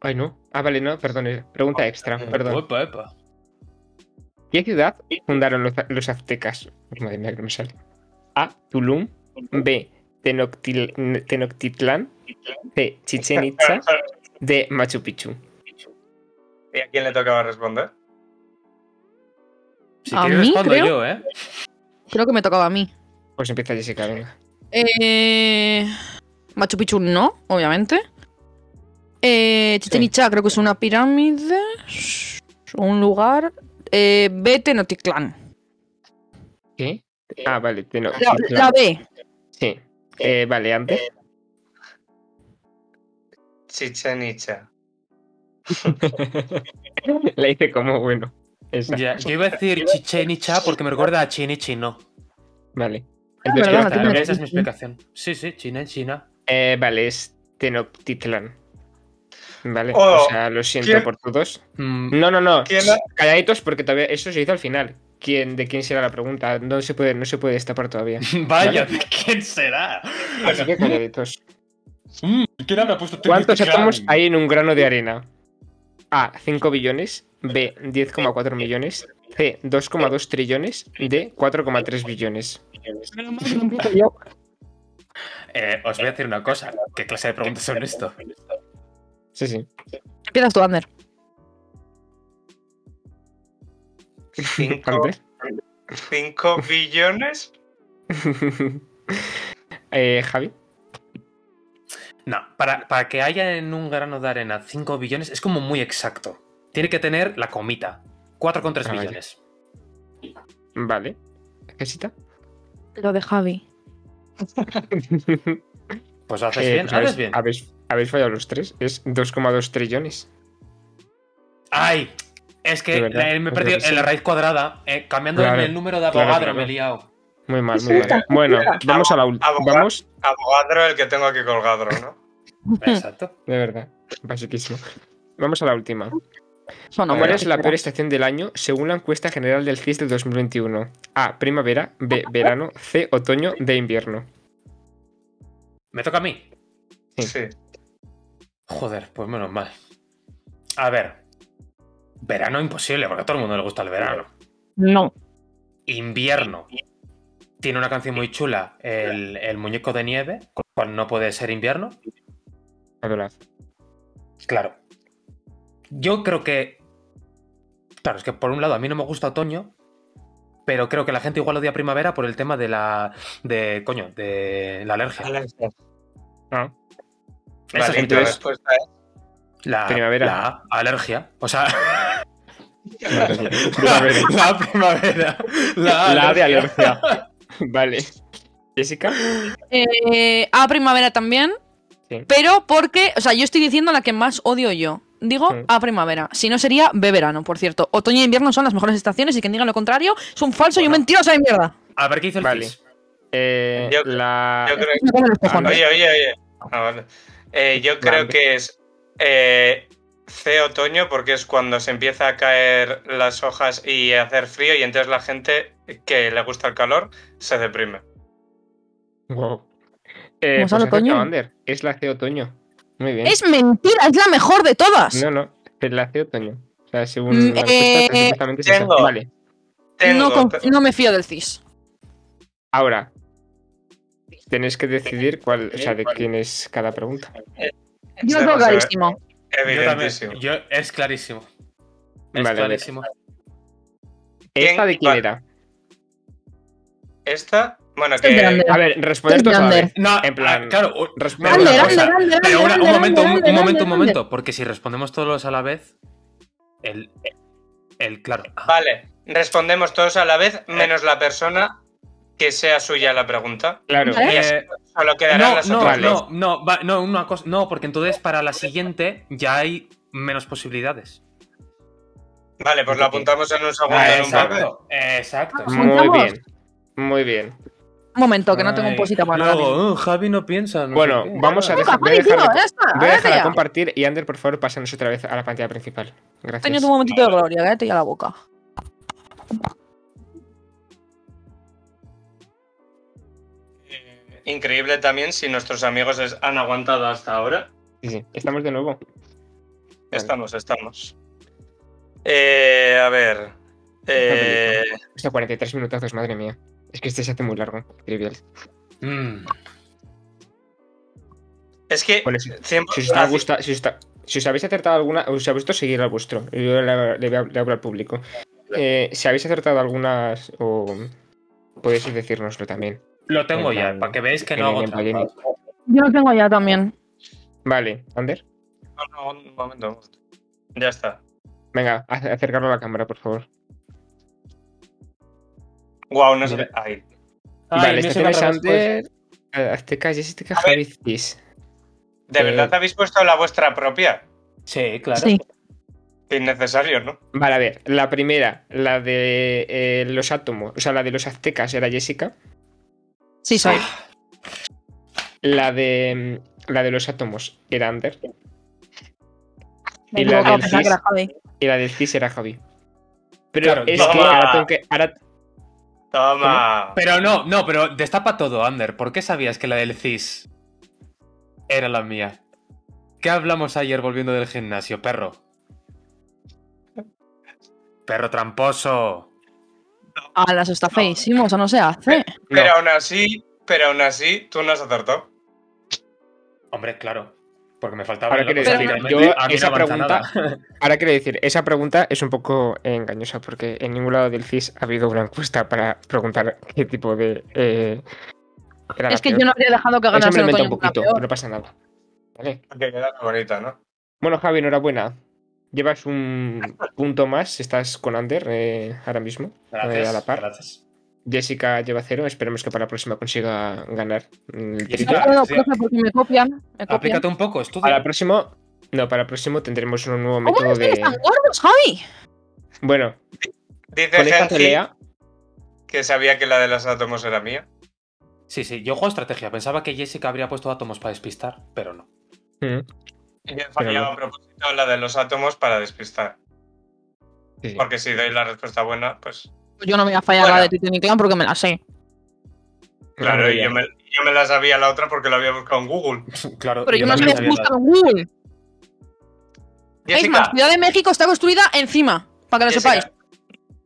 Speaker 2: Ay, no. Ah, vale, no, perdón. eh, Pregunta extra, perdón.
Speaker 4: Epa, epa.
Speaker 2: ¿Qué ciudad fundaron los, los aztecas? Ay, Madre mía, que no me sale. A. Tulum. B. Tenochtil- Tenochtitlán. C. Chichen Itza. D. Machu Picchu.
Speaker 1: ¿Y a quién le tocaba responder?
Speaker 4: Si
Speaker 3: A
Speaker 4: quieres
Speaker 3: mí,
Speaker 4: respondo
Speaker 3: creo.
Speaker 4: yo, ¿eh?
Speaker 3: creo que me tocaba a mí.
Speaker 2: Pues empieza Jessica, venga.
Speaker 3: Eh, Machu Picchu no, obviamente. Eh, Chichen
Speaker 2: Sí.
Speaker 3: Itza creo que es una pirámide. shh, O un lugar. Eh, B, Tenochtitlán.
Speaker 2: ¿Qué?
Speaker 1: Eh,
Speaker 2: Ah, vale,
Speaker 3: La,
Speaker 2: Tenochtitlán.
Speaker 3: la B.
Speaker 2: Sí. Eh, vale, antes.
Speaker 1: Chichen Itza. eh,
Speaker 2: la hice como bueno. Esa.
Speaker 4: Ya, yo iba a decir Chichen Itza porque me recuerda a Chin y Chino.
Speaker 2: Vale.
Speaker 1: Ah,
Speaker 4: Ya
Speaker 2: Entonces,
Speaker 3: Perdón,
Speaker 2: ya
Speaker 4: está,
Speaker 3: a ti me-
Speaker 2: está.
Speaker 3: ¿eh?
Speaker 4: esa es mi explicación. Sí, sí, China en China.
Speaker 2: Eh, vale, es Tenochtitlán. Vale,
Speaker 1: Oh,
Speaker 2: o sea, lo siento
Speaker 1: ¿quién?
Speaker 2: por todos.
Speaker 4: Mm,
Speaker 2: No, no, no.
Speaker 1: ¿Quién ha-
Speaker 2: Calladitos porque todavía eso se hizo al final. ¿Quién, ¿De quién será la pregunta? No se puede, no se puede destapar todavía.
Speaker 4: Vaya, ¿de quién será?
Speaker 2: Así que calladitos.
Speaker 4: Mm, ¿Quién habrá puesto
Speaker 2: ¿Cuántos
Speaker 4: Tenochtitlán?
Speaker 2: átomos hay en un grano de arena? A. 5 billones. B. 10,4 millones. C. 2,2 trillones. D. 4,3 billones.
Speaker 4: Eh, os voy a decir una cosa. ¿Qué clase de preguntas son esto?
Speaker 2: Sí, sí.
Speaker 3: Empiezas tú, Ander.
Speaker 1: ¿Cinco,
Speaker 2: ¿Antes?
Speaker 1: cinco billones?
Speaker 2: eh, Javi.
Speaker 4: No, para, para que haya en un grano de arena 5 billones es como muy exacto. Tiene que tener la comita. 4,3
Speaker 2: Ah, vaya.
Speaker 4: billones.
Speaker 2: Vale. ¿Casita?
Speaker 3: Lo de Javi.
Speaker 4: Pues lo haces
Speaker 2: Eh,
Speaker 4: bien,
Speaker 2: pues
Speaker 4: haces
Speaker 2: habéis,
Speaker 4: bien.
Speaker 2: habéis- habéis fallado los tres. Es 2,2 trillones.
Speaker 4: ¡Ay! Es
Speaker 2: De
Speaker 4: que
Speaker 2: verdad,
Speaker 4: la- me he
Speaker 2: es
Speaker 4: perdido
Speaker 2: verdad.
Speaker 4: en la raíz cuadrada. eh, cambiando
Speaker 2: Claro,
Speaker 4: el número de
Speaker 2: claro,
Speaker 4: abogadro
Speaker 2: claro.
Speaker 4: me he liado.
Speaker 2: Muy mal, muy mal. Bueno, vamos a la última.
Speaker 1: Abogado.
Speaker 2: Vamos,
Speaker 1: Abogadro el que tengo que colgadro, ¿no?
Speaker 4: Exacto.
Speaker 2: de verdad. Basiquísimo. Vamos a la última.
Speaker 3: Son
Speaker 2: ¿Cuál
Speaker 3: hombres.
Speaker 2: es la peor estación del año según la encuesta general del CIS del 2021? A. Primavera. B. Verano. C. Otoño. D. Invierno.
Speaker 4: Me toca a mí.
Speaker 2: Sí.
Speaker 1: Sí.
Speaker 4: Joder, pues menos mal. A ver. Verano imposible, porque a todo el mundo le gusta el verano.
Speaker 5: No.
Speaker 4: Invierno. Tiene una canción muy chula, el, el muñeco de nieve, con No puede ser invierno.
Speaker 2: Adolaz.
Speaker 4: Claro. Yo creo que. Claro, es que por un lado a mí no me gusta otoño, pero creo que la gente igual odia primavera por el tema de la. de. coño, de la alergia.
Speaker 2: Ah,
Speaker 4: Esa
Speaker 1: Vale,
Speaker 4: gente
Speaker 1: la
Speaker 4: es
Speaker 1: respuesta es-
Speaker 4: la
Speaker 2: Primavera.
Speaker 4: La A, alergia. O sea,
Speaker 2: Primavera.
Speaker 4: la primavera. La,
Speaker 2: La de
Speaker 4: alergia.
Speaker 2: alergia. Vale. Jessica.
Speaker 3: Eh, a primavera también.
Speaker 2: Sí.
Speaker 3: Pero porque, o sea, yo estoy diciendo la que más odio yo. Digo
Speaker 2: Mm.
Speaker 3: a primavera. Si no sería B verano, por cierto. Otoño e invierno son las mejores estaciones y quien diga lo contrario es un falso y un
Speaker 4: Bueno.
Speaker 3: mentiroso de mierda.
Speaker 4: A ver qué hizo el
Speaker 2: Vale.
Speaker 4: CIS.
Speaker 2: eh,
Speaker 1: Yo-
Speaker 2: la.
Speaker 1: Yo creo
Speaker 3: Me comen los cojones.
Speaker 1: Oye, oye, oye. Ah, vale. Eh, yo creo
Speaker 2: Vale.
Speaker 1: que es eh, C otoño porque es cuando se empieza a caer las hojas y a hacer frío y entonces la gente que le gusta el calor se deprime.
Speaker 2: Wow. Eh,
Speaker 3: ¿Cómo
Speaker 2: pues
Speaker 3: sale
Speaker 2: acerca,
Speaker 3: otoño?
Speaker 2: Ander. Es la C otoño. Muy bien.
Speaker 3: Es mentira, es la mejor de todas.
Speaker 2: ¿Eh? No, no. Es la C otoño. O sea, según
Speaker 3: Mm,
Speaker 2: la
Speaker 3: eh,
Speaker 2: respuesta, supuestamente es esa.
Speaker 1: tengo.
Speaker 2: Vale.
Speaker 1: Tengo,
Speaker 3: No conf- no me fío del CIS.
Speaker 2: Ahora. Tenéis que decidir cuál, o sea, de quién es cada pregunta.
Speaker 3: Yo lo
Speaker 1: Demasiado
Speaker 3: tengo clarísimo.
Speaker 4: Yo también.
Speaker 1: Evidentísimo.
Speaker 4: Yo, es clarísimo. Es
Speaker 2: Vale, vale.
Speaker 4: clarísimo.
Speaker 2: ¿Esta de quién
Speaker 1: vale.
Speaker 2: era?
Speaker 1: Esta, bueno,
Speaker 3: Es de
Speaker 1: que
Speaker 3: Ander.
Speaker 2: A ver, responder
Speaker 3: Es
Speaker 2: todos a la
Speaker 3: Ander.
Speaker 2: vez.
Speaker 4: No,
Speaker 2: En plan-
Speaker 4: ah, claro. u-
Speaker 2: Responder
Speaker 4: Ander,
Speaker 2: todos a la
Speaker 4: Ander,
Speaker 2: vez.
Speaker 4: Pero una- un momento, un, un momento, un momento. Porque si respondemos todos a la vez, el. El, claro. Ah,
Speaker 1: vale, respondemos todos a la
Speaker 4: Eh.
Speaker 1: vez, menos la persona que sea suya la pregunta.
Speaker 2: Claro.
Speaker 3: Vale.
Speaker 4: eh,
Speaker 1: Solo quedarán
Speaker 4: no,
Speaker 1: las
Speaker 4: no,
Speaker 1: otras
Speaker 2: vale.
Speaker 1: dos.
Speaker 4: no, no, va- no, una cosa. No, porque entonces para la siguiente ya hay menos posibilidades.
Speaker 1: Vale, pues lo apuntamos en un segundo
Speaker 2: Ah,
Speaker 1: en un papel.
Speaker 4: exacto, exacto.
Speaker 2: Muy bien. Muy bien.
Speaker 3: Un momento, que no tengo
Speaker 4: Ay,
Speaker 3: un posita para nada.
Speaker 4: Luego, "Oh, Javi no piensa. no
Speaker 2: Bueno,
Speaker 4: sé qué".
Speaker 2: vamos a
Speaker 3: Venga,
Speaker 2: dejar. Voy a
Speaker 3: Javi, tío,
Speaker 2: dejar de-
Speaker 3: ya está,
Speaker 2: voy a
Speaker 3: cállate
Speaker 2: dejarla
Speaker 3: ya.
Speaker 2: compartir y Ander, por favor, pásanos otra vez a la pantalla principal.
Speaker 3: Has tenido
Speaker 2: Gracias.
Speaker 3: un momentito de gloria, cállate ya la boca.
Speaker 1: Eh, Increíble también si nuestros amigos es- han aguantado hasta ahora.
Speaker 2: Sí, sí. Estamos de nuevo.
Speaker 1: Estamos, estamos. Eh, a ver. Eh,
Speaker 2: Hostia, 43 minutazos, madre mía. Es que este se hace muy largo. Trivial.
Speaker 4: Mm.
Speaker 1: es que.
Speaker 2: Bueno, si,
Speaker 1: cien-
Speaker 2: Pues, si os está
Speaker 1: ah,
Speaker 2: gusta- si os está- si os habéis acertado alguna, os habéis visto seguir al vuestro. Yo le, le voy a- le hablo al público. Eh, si habéis acertado algunas, o podéis decírnoslo también.
Speaker 4: Lo tengo
Speaker 2: En
Speaker 4: ya,
Speaker 2: plan,
Speaker 4: para que veáis que
Speaker 2: en
Speaker 4: no
Speaker 2: el
Speaker 4: hago
Speaker 2: Empire
Speaker 4: trampa.
Speaker 2: Unit.
Speaker 3: Yo lo tengo ya también.
Speaker 2: Vale, Ander.
Speaker 1: no, no, un momento, un momento. Ya está.
Speaker 2: Venga, ac- acercarlo a la cámara, por favor.
Speaker 1: Wow, no se
Speaker 2: Mira.
Speaker 1: ve- Ahí.
Speaker 4: Ay,
Speaker 2: vale, este
Speaker 4: me hice la
Speaker 2: estaciones
Speaker 4: respuesta.
Speaker 2: Ander, Azteca, Jessica, Javi, Cis.
Speaker 1: ¿De
Speaker 2: Eh.
Speaker 1: verdad habéis puesto la vuestra propia?
Speaker 4: Sí, claro.
Speaker 3: Sí.
Speaker 1: Innecesario, ¿no?
Speaker 2: Vale, a ver, la primera, la de eh, los átomos, o sea, la de los aztecas era Jessica.
Speaker 3: Sí, soy.
Speaker 2: La de mm, la de los átomos era Ander.
Speaker 3: Me he
Speaker 2: Y la
Speaker 3: equivocado,
Speaker 2: del
Speaker 3: pensaba que
Speaker 2: CIS.
Speaker 3: era Javi.
Speaker 2: Y la del Cis era Javi. Pero
Speaker 4: Claro,
Speaker 2: es
Speaker 1: toma.
Speaker 2: que ahora tengo que. Ahora,
Speaker 1: Toma.
Speaker 4: Pero no, no, pero destapa todo, Ander. ¿Por qué sabías que la del CIS era la mía? ¿Qué hablamos ayer volviendo del gimnasio, perro? Perro tramposo.
Speaker 3: Ah, las está feísimo, eso no se hace.
Speaker 1: Pero
Speaker 2: no,
Speaker 1: aún así, pero aún así, tú no has acertado.
Speaker 4: Hombre, claro. Porque me faltaba
Speaker 2: ahora
Speaker 4: la-
Speaker 2: quiero
Speaker 4: o sea,
Speaker 2: decir,
Speaker 4: literalmente
Speaker 2: yo
Speaker 4: a mí no
Speaker 2: esa
Speaker 4: avanza
Speaker 2: pregunta.
Speaker 4: nada.
Speaker 2: Ahora quiero decir, esa pregunta es un poco engañosa porque en ningún lado del CIS ha habido una encuesta para preguntar qué tipo de. eh, era la
Speaker 3: Es que
Speaker 2: peor.
Speaker 3: yo no habría dejado que
Speaker 2: Eso me
Speaker 3: ganase
Speaker 2: lo
Speaker 3: el
Speaker 2: invento
Speaker 3: otoño.
Speaker 2: un
Speaker 3: con la
Speaker 2: poquito,
Speaker 3: peor.
Speaker 2: pero no pasa nada. Vale.
Speaker 1: Que queda bonita, ¿no?
Speaker 2: Bueno, Javi, enhorabuena. Llevas un punto más, estás con Ander eh, ahora mismo. eh, a la
Speaker 4: Gracias,
Speaker 2: par.
Speaker 4: gracias.
Speaker 2: Jessica lleva cero, esperemos que para la próxima consiga ganar. mm, el
Speaker 4: Jessica,
Speaker 2: triple.
Speaker 3: No puedo,
Speaker 4: Sí.
Speaker 3: profe, porque me copian. Me copian.
Speaker 4: Aplícate un poco, estudia.
Speaker 2: Para el próximo, no, para el próximo tendremos un nuevo
Speaker 3: ¿Cómo
Speaker 2: método
Speaker 3: no
Speaker 2: de.
Speaker 3: estáis tan gordos, Javi?
Speaker 2: Bueno,
Speaker 1: Dice
Speaker 2: con esta
Speaker 1: Genji
Speaker 2: pelea,
Speaker 1: que sabía que la de los átomos era mía.
Speaker 4: Sí, sí, yo juego a estrategia. Pensaba que Jessica habría puesto átomos para despistar, pero no.
Speaker 2: mm,
Speaker 1: Y Yo he fallado
Speaker 2: no.
Speaker 1: a propósito la de los átomos para despistar.
Speaker 2: sí, sí.
Speaker 1: Porque si doy la respuesta buena, pues.
Speaker 3: Yo no me voy a fallar la
Speaker 1: Bueno.
Speaker 3: de Titanic Clan porque me la sé.
Speaker 1: Claro,
Speaker 2: Hombre,
Speaker 1: y
Speaker 2: ya.
Speaker 1: yo me, yo me la sabía la otra porque la había buscado en Google.
Speaker 4: Claro,
Speaker 3: Pero yo no sabía
Speaker 4: también sabía
Speaker 3: que buscar
Speaker 4: la-
Speaker 3: en Google. Es más,
Speaker 1: Jessica,
Speaker 3: Ciudad de México está construida encima, para que lo
Speaker 1: Jessica,
Speaker 3: sepáis.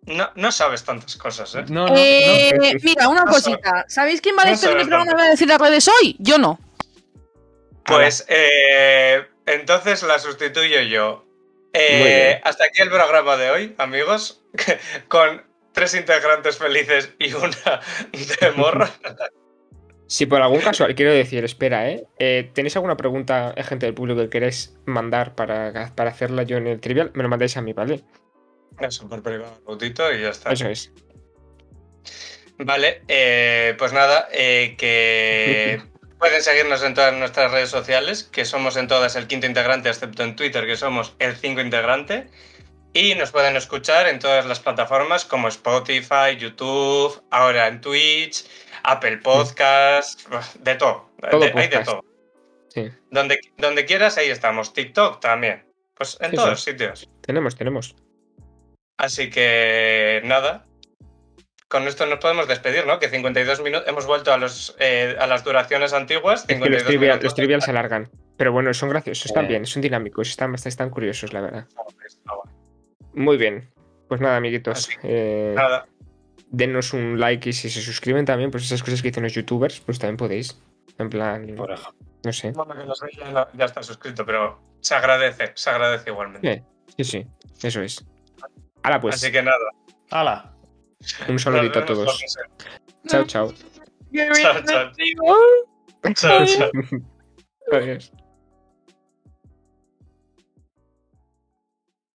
Speaker 1: No, no sabes tantas cosas, ¿eh?
Speaker 4: No, no,
Speaker 3: Eh,
Speaker 2: no, no.
Speaker 3: mira, una
Speaker 1: No
Speaker 3: cosita. ¿Sabéis quién va a
Speaker 1: No
Speaker 3: decir
Speaker 1: sabes
Speaker 3: el programa
Speaker 1: tanto.
Speaker 3: va a decir las redes hoy? Yo no.
Speaker 1: Pues eh, entonces la sustituyo yo. Eh,
Speaker 4: Muy bien.
Speaker 1: hasta aquí el programa de hoy, amigos, con tres integrantes felices y una de morra.
Speaker 2: Si por algún casual, quiero decir, espera, ¿eh? Eh, ¿Tenéis alguna pregunta, eh, gente del público, que queréis mandar para, para hacerla yo en el trivial? Me lo mandáis a mí, ¿vale?
Speaker 1: Eso, por privado, autito y ya está.
Speaker 2: Eso es.
Speaker 1: Vale, eh, pues nada, eh, que pueden seguirnos en todas nuestras redes sociales, que somos en todas el quinto integrante, excepto en Twitter, que somos el cinco integrante. Y nos pueden escuchar en todas las plataformas como Spotify, YouTube, ahora en Twitch, Apple Podcasts, de todo.
Speaker 2: Todo
Speaker 1: de- hay de
Speaker 2: podcast.
Speaker 1: todo.
Speaker 2: Sí.
Speaker 1: Donde, donde quieras, ahí estamos. TikTok también. Pues en
Speaker 2: Sí, sí.
Speaker 1: todos sitios.
Speaker 2: Tenemos, tenemos.
Speaker 1: Así que nada. Con esto nos podemos despedir, ¿no? Que 52 minutos. Hemos vuelto a, los, eh, a las duraciones antiguas.
Speaker 2: Es que los,
Speaker 1: 52
Speaker 2: trivial,
Speaker 1: minutos.
Speaker 2: los trivial se alargan. Pero bueno, son graciosos, están
Speaker 4: Eh.
Speaker 2: bien, son dinámicos, están, están curiosos, la verdad.
Speaker 1: Ah,
Speaker 2: Muy bien. Pues nada, amiguitos.
Speaker 1: Así
Speaker 2: eh,
Speaker 1: Nada.
Speaker 2: Denos un like y si se suscriben también, pues esas cosas que dicen los youtubers, pues también podéis. En plan,
Speaker 4: por ejemplo.
Speaker 2: no sé.
Speaker 1: Bueno, que nos veis, ya- ya está suscrito, pero se agradece, se agradece igualmente.
Speaker 2: Eh, Sí, sí, eso es. Ahora pues,
Speaker 1: Así que nada.
Speaker 4: ¡Hala!
Speaker 2: un saludito a todos. Chao, chao.
Speaker 1: Chao, chao. Chao, chao.
Speaker 2: Adiós.